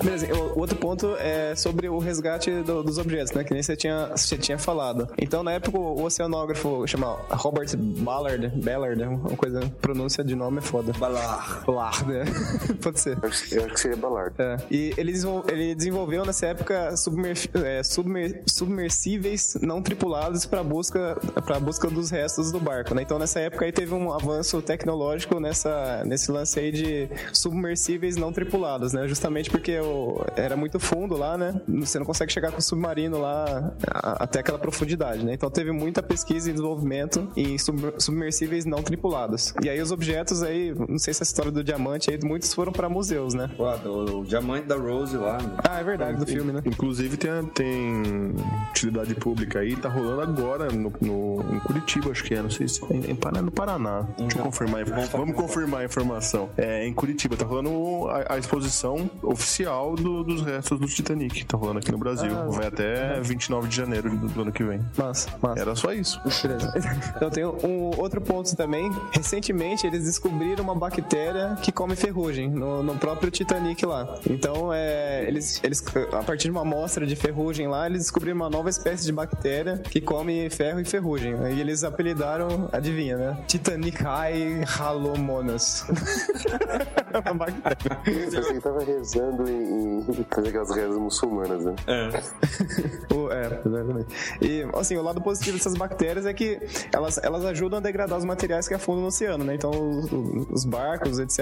Beleza, o o outro ponto é sobre o resgate do- dos objetos, né? Que nem você tinha, você tinha falado. Então, na época, o oceanógrafo chama Robert Ballard, Ballard, uma coisa, pronúncia de nome é foda. Ballard. Ballard, né? Pode ser. Eu acho que- eu acho que seria Ballard. É. E ele, desenvol- ele desenvolveu nessa época submer- é, submer- submersíveis não tripulados para busca para busca dos restos do barco, né? Então nessa época aí teve um avanço tecnológico nessa nesse lance aí de submersíveis não tripulados, né? Justamente porque o- era muito fundo lá, né? Você não consegue chegar com o submarino lá a- até aquela profundidade, né? Então teve muita pesquisa e desenvolvimento em sub- submersíveis não tripulados. E aí os objetos aí, não sei se a história do diamante aí, muitos foram para museus, né? Pô, do- o diamante da Rose lá, meu. Ah, é verdade, do filme, né? Inclusive tem, a- tem utilidade pública aí, tá rolando agora no, no- em Curitiba, acho que é, não sei se em, em Paraná, no Paraná. Deixa eu confirmar, Então, vamos, vamos confirmar a informação. É, em Curitiba tá rolando a, a exposição oficial do- dos restos do Titanic, tá rolando aqui no Brasil. Vai até 29 de janeiro do, do ano que vem. Massa, massa. Era só isso. Beleza. Então tem um outro ponto também. Recentemente eles descobriram uma bactéria que come ferrugem no, no próprio Titanic lá. Então é, eles, eles, a partir de uma amostra de ferrugem lá, eles descobriram uma nova espécie de bactéria que come ferro e ferrugem. E eles apelidaram, adivinha, né? Titanicae halomonas. É uma bactéria. Eu sei que tava rezando em, em fazer aquelas rezas muçulmanas, né? É. O- é, exatamente. E, assim, o lado positivo dessas bactérias é que elas, elas ajudam a degradar os materiais que afundam no oceano, né? Então, os, os barcos, etc.,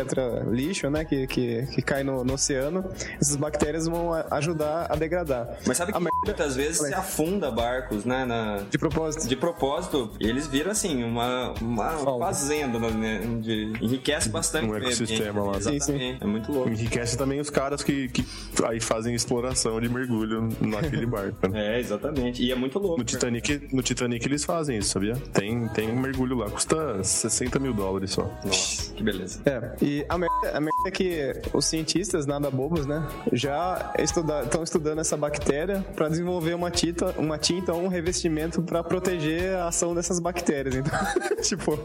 lixo, né, que, que, que cai no, no oceano, essas bactérias vão a- ajudar a degradar. Mas sabe a que merda muitas vezes se afunda barcos, né? na- de propósito. De propósito, eles viram assim, uma, uma Falda. fazenda, né? de- enriquece bastante Um o meio ecossistema ambiente. lá. Sim, sim. Exatamente. É muito louco. Enriquece também os caras que, que aí fazem exploração de mergulho naquele barco. né? É, exatamente. E é muito louco. No Titanic, no Titanic eles fazem isso, sabia? Tem, tem um mergulho lá, custa 60 mil dólares só. Nossa, que beleza. É, e a merda, a merda é que os cientistas, nada bobos, né, já estão estudando essa bactéria para desenvolver uma tinta, uma tinta ou um revestimento para proteger a ação dessas bactérias. Então, tipo,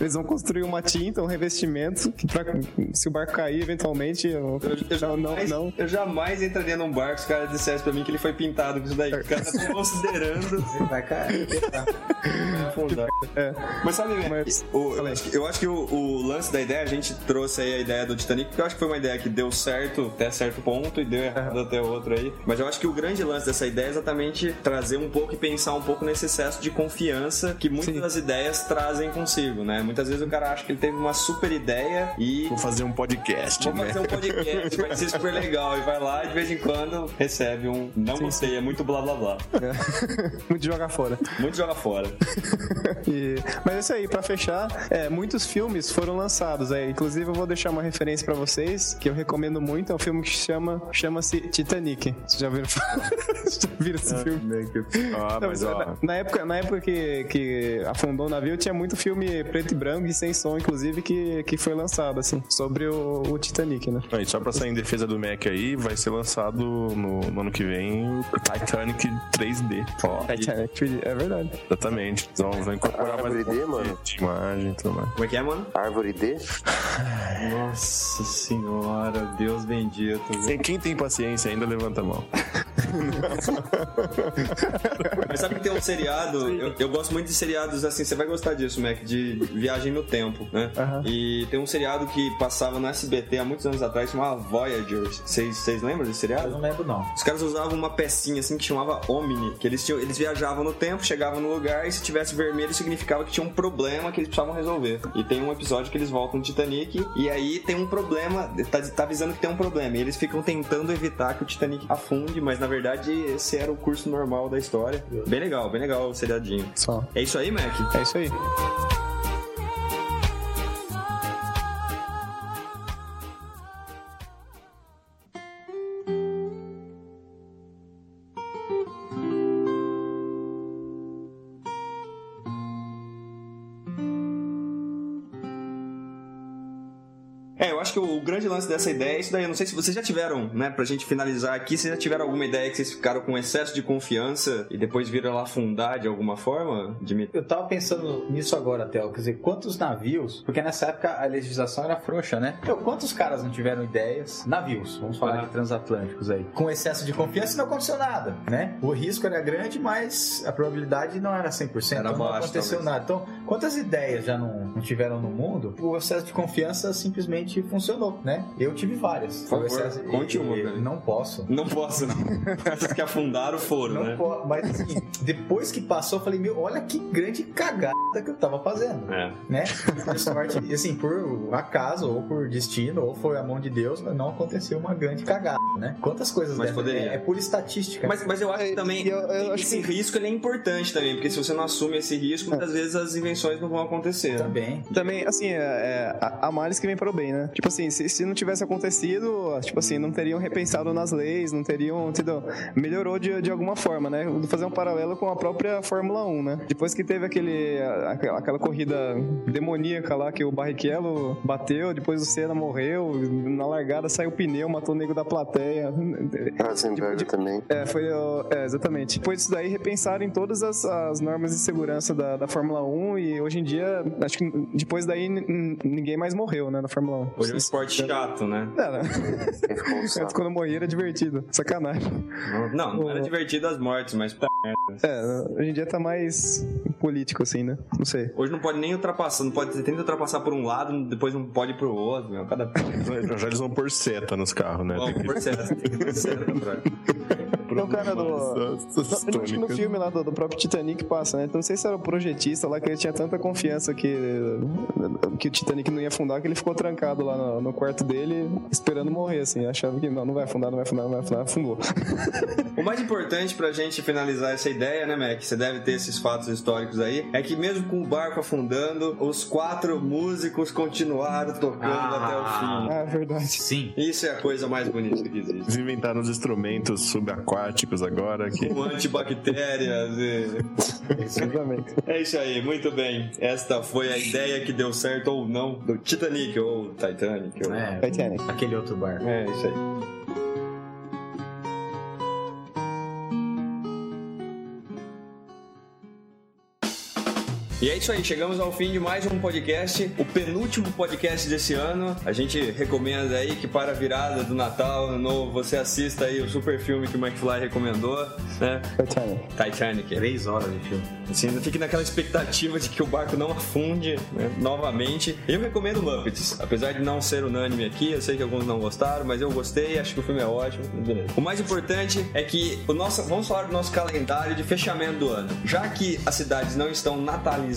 eles vão construir uma tinta, um revestimento, que pra, se o barco cair eventualmente, eu- não, não, Mas É, não. Eu jamais entraria num barco se o cara dissesse pra mim que ele foi pintado com isso daí. O cara tá considerando Vai cair. afundar. É. Mas sabe, velho, Mas- o- eu, Falei. acho que, eu acho que o, o lance da ideia, a gente trouxe aí a ideia do Titanic, porque eu acho que foi uma ideia que deu certo até certo ponto e deu errado até outro aí. Mas eu acho que o grande lance dessa ideia é exatamente trazer um pouco e pensar um pouco nesse excesso de confiança que muitas Sim. das ideias trazem consigo, né? Muitas vezes o cara acha que ele teve uma super ideia e. Vou fazer um podcast, Vou né? fazer um podcast, vai ser super legal. E vai lá e de vez em quando recebe um não gostei, é muito blá blá blá. é. Muito jogar fora. Muito joga fora. E- mas é isso aí, pra fechar, é, muitos filmes foram lançados. aí. inclusive, eu vou deixar uma referência pra vocês, que eu recomendo muito. É um filme que chama, chama-se Titanic. Vocês já viram, já viram esse filme? Ah, Não, mas mas ó, na, na época, na época que, que afundou o navio, tinha muito filme preto e branco e sem som, inclusive, que, que foi lançado, assim, sobre o, o Titanic, né? aí, só pra sair em defesa do Mac aí, vai ser lançado no, no ano que vem o Titanic 3D. Ó, Titanic, é verdade. exatamente. Então vai incorporar mais um 3D, monte de- mano? de imagem e tudo mais. Como é que é, mano? Árvore D? Nossa senhora, Deus bendito. Quem- Quem tem paciência ainda levanta a mão. Mas sabe que tem um seriado, eu, eu gosto muito de seriados assim, você vai gostar disso, Mac, de viagem no tempo, né? Aham. E tem um seriado que passava no SBT há muitos anos atrás, chamava Voyagers. Vocês vocês lembram desse Eu seriado? não lembro, não. Os caras usavam uma pecinha assim que chamava Omni, que eles, tinham- eles viajavam no tempo, chegavam no lugar e se tivesse vermelho significava que tinha um problema que eles precisavam resolver. E tem um episódio que eles voltam no Titanic e aí tem um problema, tá, tá avisando que tem um problema. E eles ficam tentando evitar que o Titanic afunde, mas na verdade esse era o curso normal da história. Bem legal, bem legal o seriadinho. Só. É isso aí, Mac? É isso aí. É, eu acho que o, o grande lance dessa ideia é isso daí. Eu não sei se vocês já tiveram, né, pra gente finalizar aqui, vocês já tiveram alguma ideia que vocês ficaram com excesso de confiança e depois viram ela afundar de alguma forma? Dimitri? Eu tava pensando nisso agora, Theo. Quer dizer, quantos navios. Porque nessa época a legislação era frouxa, né? Então, quantos caras não tiveram ideias? Navios, vamos falar de transatlânticos aí. Com excesso de confiança não aconteceu nada, né? O risco era grande, mas a probabilidade não era 100%. Era então não baixo, aconteceu talvez. nada. Então, quantas ideias já não, não tiveram no mundo? O excesso de confiança simplesmente funcionou, né? Eu tive várias. Por favor, O excesso- conte uma pra mim. Não posso. Não posso, não. Essas que afundaram foram, Não né? po- mas assim, depois que passou, eu falei, meu, olha que grande cagada que eu tava fazendo. É. Né? Por sorte, e assim, por acaso, ou por destino, ou foi a mão de Deus, mas não aconteceu uma grande cagada, né? Quantas coisas Mas dessas- poderia. É, é pura estatística. Mas, mas eu acho que também É, eu- eu acho esse que- É. risco ele é importante também, porque se você não assume esse risco, muitas vezes as invenções não vão acontecer. né? também. Também, assim, é, é, a, a males que vem para o bem, né? Tipo assim, se, se não tivesse acontecido, tipo assim, não teriam repensado nas leis, não teriam tido. Melhorou de, de alguma forma, né? Vou fazer um paralelo com a própria Fórmula 1, né? Depois que teve aquele, a- aquela, aquela corrida demoníaca lá que o Barrichello bateu, depois o Senna morreu, na largada saiu o pneu, matou o nego da plateia. Ratzenberger de- também. É, foi o- é, exatamente. Depois disso daí, repensaram em todas as, as normas de segurança da, da Fórmula 1 e hoje em dia, acho que depois daí n- n- ninguém mais morreu, né, na Fórmula 1. Hoje é um esporte chato, né? Não, não. Ele ficou um Antes, saco. quando eu morri era divertido. Sacanagem. Não, não era divertido as mortes, mas tá. É, hoje em dia tá mais político, assim, né? Não sei. Hoje não pode nem ultrapassar, não pode, você tenta ultrapassar por um lado, depois não pode ir pro outro, meu. Cada Já eles vão pôr seta nos carros, né? Bom, processo, tem que dar certo, velho. Então, cara do. Essas Eu acho que no tônicas. filme lá do, do próprio Titanic passa, né? Então não sei se era o projetista lá que ele tinha tanta confiança que, que o Titanic não ia afundar que ele ficou trancado lá no, no quarto dele esperando morrer, assim, achando que não, não vai afundar, não vai afundar, não vai afundar, afundou. O mais importante pra gente finalizar essa ideia, né, Mac? Você deve ter esses fatos históricos aí. É que mesmo com o barco afundando, os quatro músicos continuaram tocando Ah. até o Ah, é verdade. Sim. fim. Isso é a coisa mais bonita que existe. Eles inventaram os instrumentos subaquáticos agora que Com antibactérias e... Exatamente. É isso aí, muito bem. Esta foi a ideia que deu certo ou não do Titanic ou Titanic. Ou... É, Titanic. aquele outro bar. É isso aí. E é isso aí, chegamos ao fim de mais um podcast, o penúltimo podcast desse ano. A gente recomenda aí que para a virada do Natal, Ano Novo, você assista aí o super filme que o McFly recomendou, né? Titanic. Titanic. Três horas de filme. Assim, não fique naquela expectativa de que o barco não afunde né, novamente. Eu recomendo Muppets, apesar de não ser unânime aqui, eu sei que alguns não gostaram, mas eu gostei, acho que o filme é ótimo. beleza. O mais importante é que o nosso, vamos falar do nosso calendário de fechamento do ano. Já que as cidades não estão natalizadas,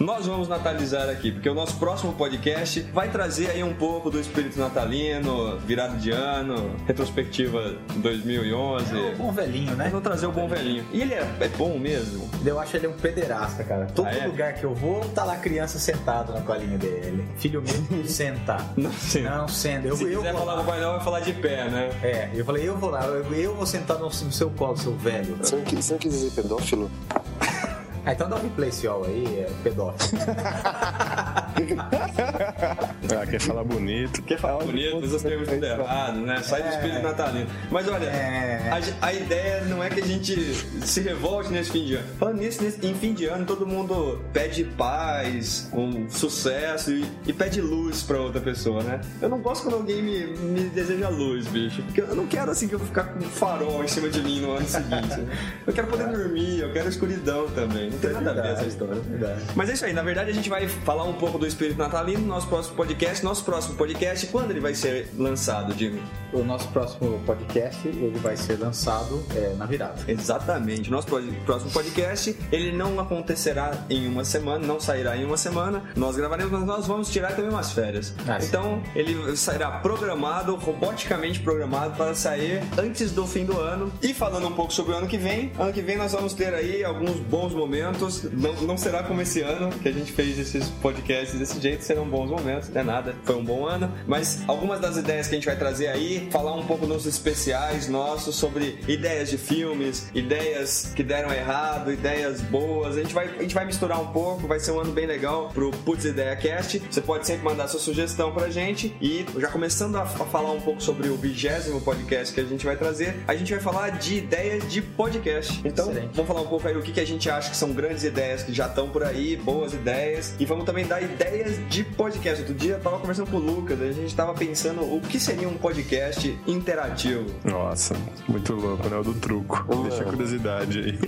nós vamos natalizar aqui, porque o nosso próximo podcast vai trazer aí um pouco do espírito natalino, virada de ano, retrospectiva 2011. É um bom velhinho, né? Vamos trazer o bom velhinho. E ele é- é bom mesmo? Eu acho ele um pederasta, cara. Todo Ah, é? lugar que eu vou, tá lá criança sentado na colinha dele. Filho meu, sentar. Não sei. Não, senta. Eu, Se eu quiser vou falar lá. com o Papai Noel, vai falar de pé, né? É, eu falei, eu vou lá, eu, eu vou sentar no, no seu colo, seu velho. Você não quis- você não quis dizer pedófilo? Ah, então dá um replay esse all aí, é pedófilo. ah, quer falar bonito. Quer É falar bonito, usa os termos tudo errado, né? Sai do espírito natalino. Mas olha, É. a ge- a, ideia não é que a gente se revolte nesse fim de ano. Falando nisso, nesse- em fim de ano, todo mundo pede paz, um sucesso e, e pede luz pra outra pessoa, né? Eu não gosto quando alguém me, me deseja luz, bicho. Porque eu não quero, assim, que eu ficar com um farol em cima de mim no ano seguinte. né? Eu quero poder dormir, eu quero escuridão também. Não tem nada a ver essa história. É. Verdade. Mas é isso aí, na verdade a gente vai falar um pouco do espírito natalino no nosso próximo podcast. Nosso próximo podcast, quando ele vai ser lançado, Jimmy? O nosso próximo podcast, ele vai ser lançado é, na virada. Exatamente. Nosso pro- próximo podcast, ele não acontecerá em uma semana, não sairá em uma semana. Nós gravaremos, mas nós vamos tirar também umas férias. Ah, sim. então, ele sairá programado, roboticamente programado para sair antes do fim do ano. E falando um pouco sobre o ano que vem, ano que vem nós vamos ter aí alguns bons momentos. Não, não será como esse ano que a gente fez esses podcasts podcasts desse jeito serão bons momentos, não é nada. Foi um bom ano. Mas algumas das ideias que a gente vai trazer aí, falar um pouco nos especiais nossos sobre ideias de filmes, ideias que deram errado, ideias boas. A gente vai, a gente vai misturar um pouco, vai ser um ano bem legal pro Putz Ideia Cast. Você pode sempre mandar sua sugestão pra gente. E já começando a, a falar um pouco sobre o vigésimo podcast que a gente vai trazer, a gente vai falar de ideias de podcast. Então, Excelente. vamos falar um pouco aí o que, que a gente acha que são grandes ideias que já estão por aí, boas ideias. E vamos também dar ideias de podcast. Outro dia eu tava conversando com o Lucas, a gente tava pensando o que seria um podcast interativo. Nossa, muito louco, né? O do truco. Deixa a curiosidade aí.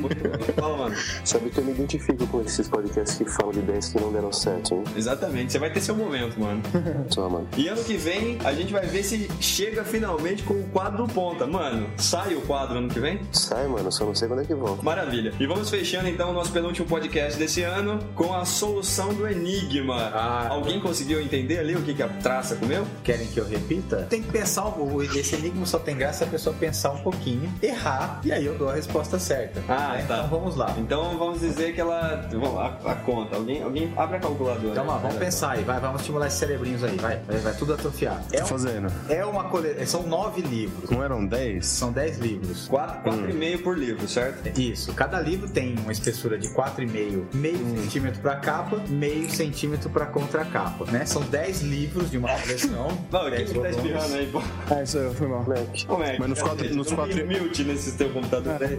Fala, mano. Sabe que eu me identifico com esses podcasts que falam de ideias que não deram certo, hein? Exatamente, você vai ter seu momento, mano. Só, mano. E ano que vem a gente vai ver se chega finalmente com o quadro ponta. Mano, sai o quadro ano que vem? Sai, mano, só não sei quando é que volta. Maravilha. E vamos fechando então o nosso penúltimo podcast desse ano com a solução do enigma. tá. Ah. Alguém conseguiu entender ali o que, que a traça comeu? Querem que eu repita? Tem que pensar, um, o- o- esse enigma só tem graça se a pessoa pensar um pouquinho, errar, e aí eu dou a resposta certa. Ah, é. Né? tá. Então vamos lá. Então vamos dizer que ela. Vamos, a, a conta. Alguém, alguém abre a calculadora. Então, ó, vamos pensar aí, vai, vamos estimular esses cerebrinhos aí, vai, vai, vai tudo atrofiar. É, Tá um- fazendo. é uma coleção, são nove livros, Não eram 10? são dez livros. Hum. 4,5 por livro, certo? Isso, cada livro tem uma espessura de 4,5, meio Hum. centímetro pra capa, meio centímetro pra contracapa, né? São 10 livros de uma coleção. Não, quem dez que tá volumes. espirrando aí, pô? Ah, isso eu, foi mal. Como é? Mas nos Cadê? quatro- nos Não tem quatro- mute nesse teu computador. né?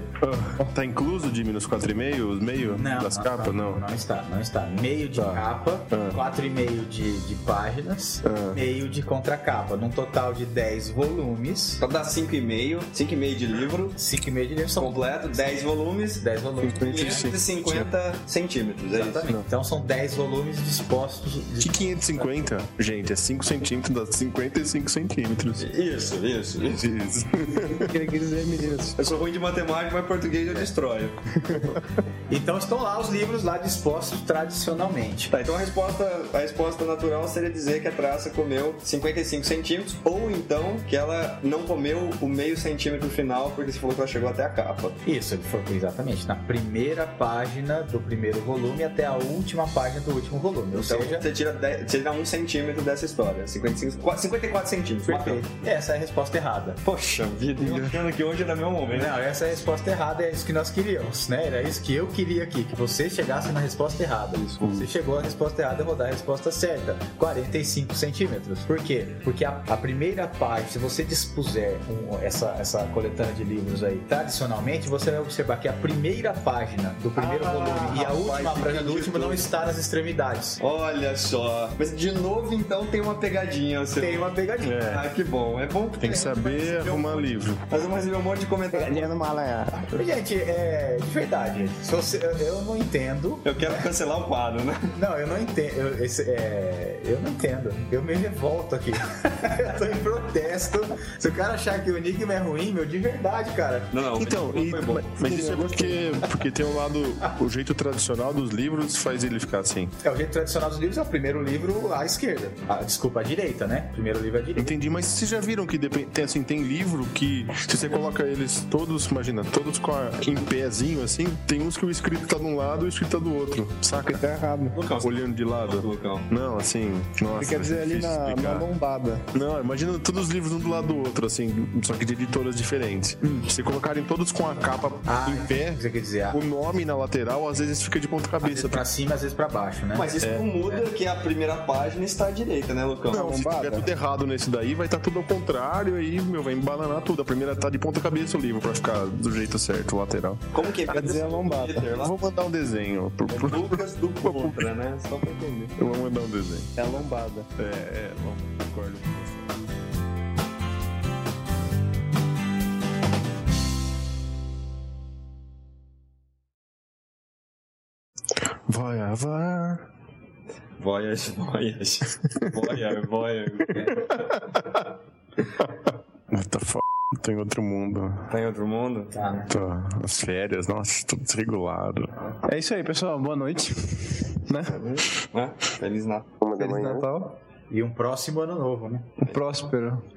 Ah, Tá incluso, Jimmy, nos 4,5? Meio? Não, das não, capas? não, Não. Não está, não está. Meio de Tá. capa, Ah. 4,5 de, de páginas, Ah. meio de contracapa, num total de 10 volumes. Então dá 5,5. 5,5 de livro 5,5 de livro são completo, 10 volumes, 10 volumes. 550 centímetros. É isso. Exatamente. Então são 10 volumes dispostos. Que 550? Gente, é 5 centímetros, dá 55 centímetros. Isso, isso, isso. Isso. Eu queria dizer, meninos. Eu sou ruim de matemática, mas português eu destroio. Então estão lá os livros lá dispostos tradicionalmente. Tá, então a resposta, a resposta natural seria dizer que a traça comeu 55 centímetros, ou então que ela não comeu o meio centímetro final, porque você falou que ela chegou até a capa. Isso, ele foi exatamente na primeira página do primeiro volume até a última página do último volume. Ou Então seja, você tira, dez- tira um centímetro dessa história. 55, qua- 54 centímetros. perfeito. Essa é a resposta errada. Poxa vida, eu achando que hoje era meu momento. Não, essa é a resposta errada, é isso que nós queríamos, né? Era isso que eu queria aqui, que você chegasse na resposta errada. Você chegou à resposta errada, eu vou dar a resposta certa. 45 centímetros. Por quê? Porque a, a primeira parte, se você dispuser um- essa, essa coletânea de livros aí tradicionalmente, você vai observar que a primeira página do primeiro Ah, volume e a rapaz, última página do entendi último não tudo. está nas extremidades. Olha só. Mas de novo, então, tem uma pegadinha. Você... Tem uma pegadinha. É. Ah, que bom. É bom Tem que saber arrumar livro. Nós vamos receber um monte de comentário. Galinha no Malaya. Gente, é de verdade. Se você, eu- eu não entendo Eu quero cancelar o quadro, né? Não, eu não entendo. Eu, esse- é, eu não entendo. Eu me revolto aqui. eu tô em protesto. Se o cara achar que o Enigma é ruim, meu, de verdade, cara. Não, não. Então, mas e- foi bom. mas- mas isso é porque, porque tem um lado. O jeito tradicional dos livros faz ele ficar assim. É o jeito tradicional dos livros é o primeiro livro à esquerda. Ah, desculpa, à direita, né? Primeiro livro à direita. Entendi, mas vocês já viram que depende, tem, assim, tem livro que se você coloca eles todos, imagina, todos com a, em pezinho assim, tem uns que o escrito tá de um lado e o escrito tá do outro, saca? Tá errado. Lucão, você- Olhando de lado. Lucão. Não, assim, nossa. Ele quer dizer ali difícil na, na explicar. lombada. Não, imagina todos os livros um do lado do outro, assim, só que de editoras diferentes. Hum. Se colocarem todos com a capa Ah, em pé, Você quer dizer, é. ah, o nome na lateral às vezes fica de ponta às vezes cabeça. pra cima, às vezes pra baixo, né? Mas isso não muda que a primeira página está à direita, né, Lucão? Não, se lombada? tiver tudo errado nesse daí, vai estar tudo ao contrário, aí, meu, vai embananar tudo. A primeira tá de ponta cabeça o livro pra ficar do jeito certo, o lateral. Como que é? Quer dizer a lombada. Peter, lá- Vou mandar um desenho. pro- pro- É Lucas do Contra, né? Só pra entender. Eu vou mandar um desenho. É a lombada. É, é, vamos, concordo com você. Vai, ah, vai. Voyage, voyage. Voyage, voyage. What the f... Tô em outro mundo. Tá em outro mundo? Tô... As férias, nossa, tudo desregulado. É isso aí, pessoal. Boa noite. né? Né? Feliz Natal. Uma da Feliz manhã. Natal. E um próximo ano novo, né? Próspero.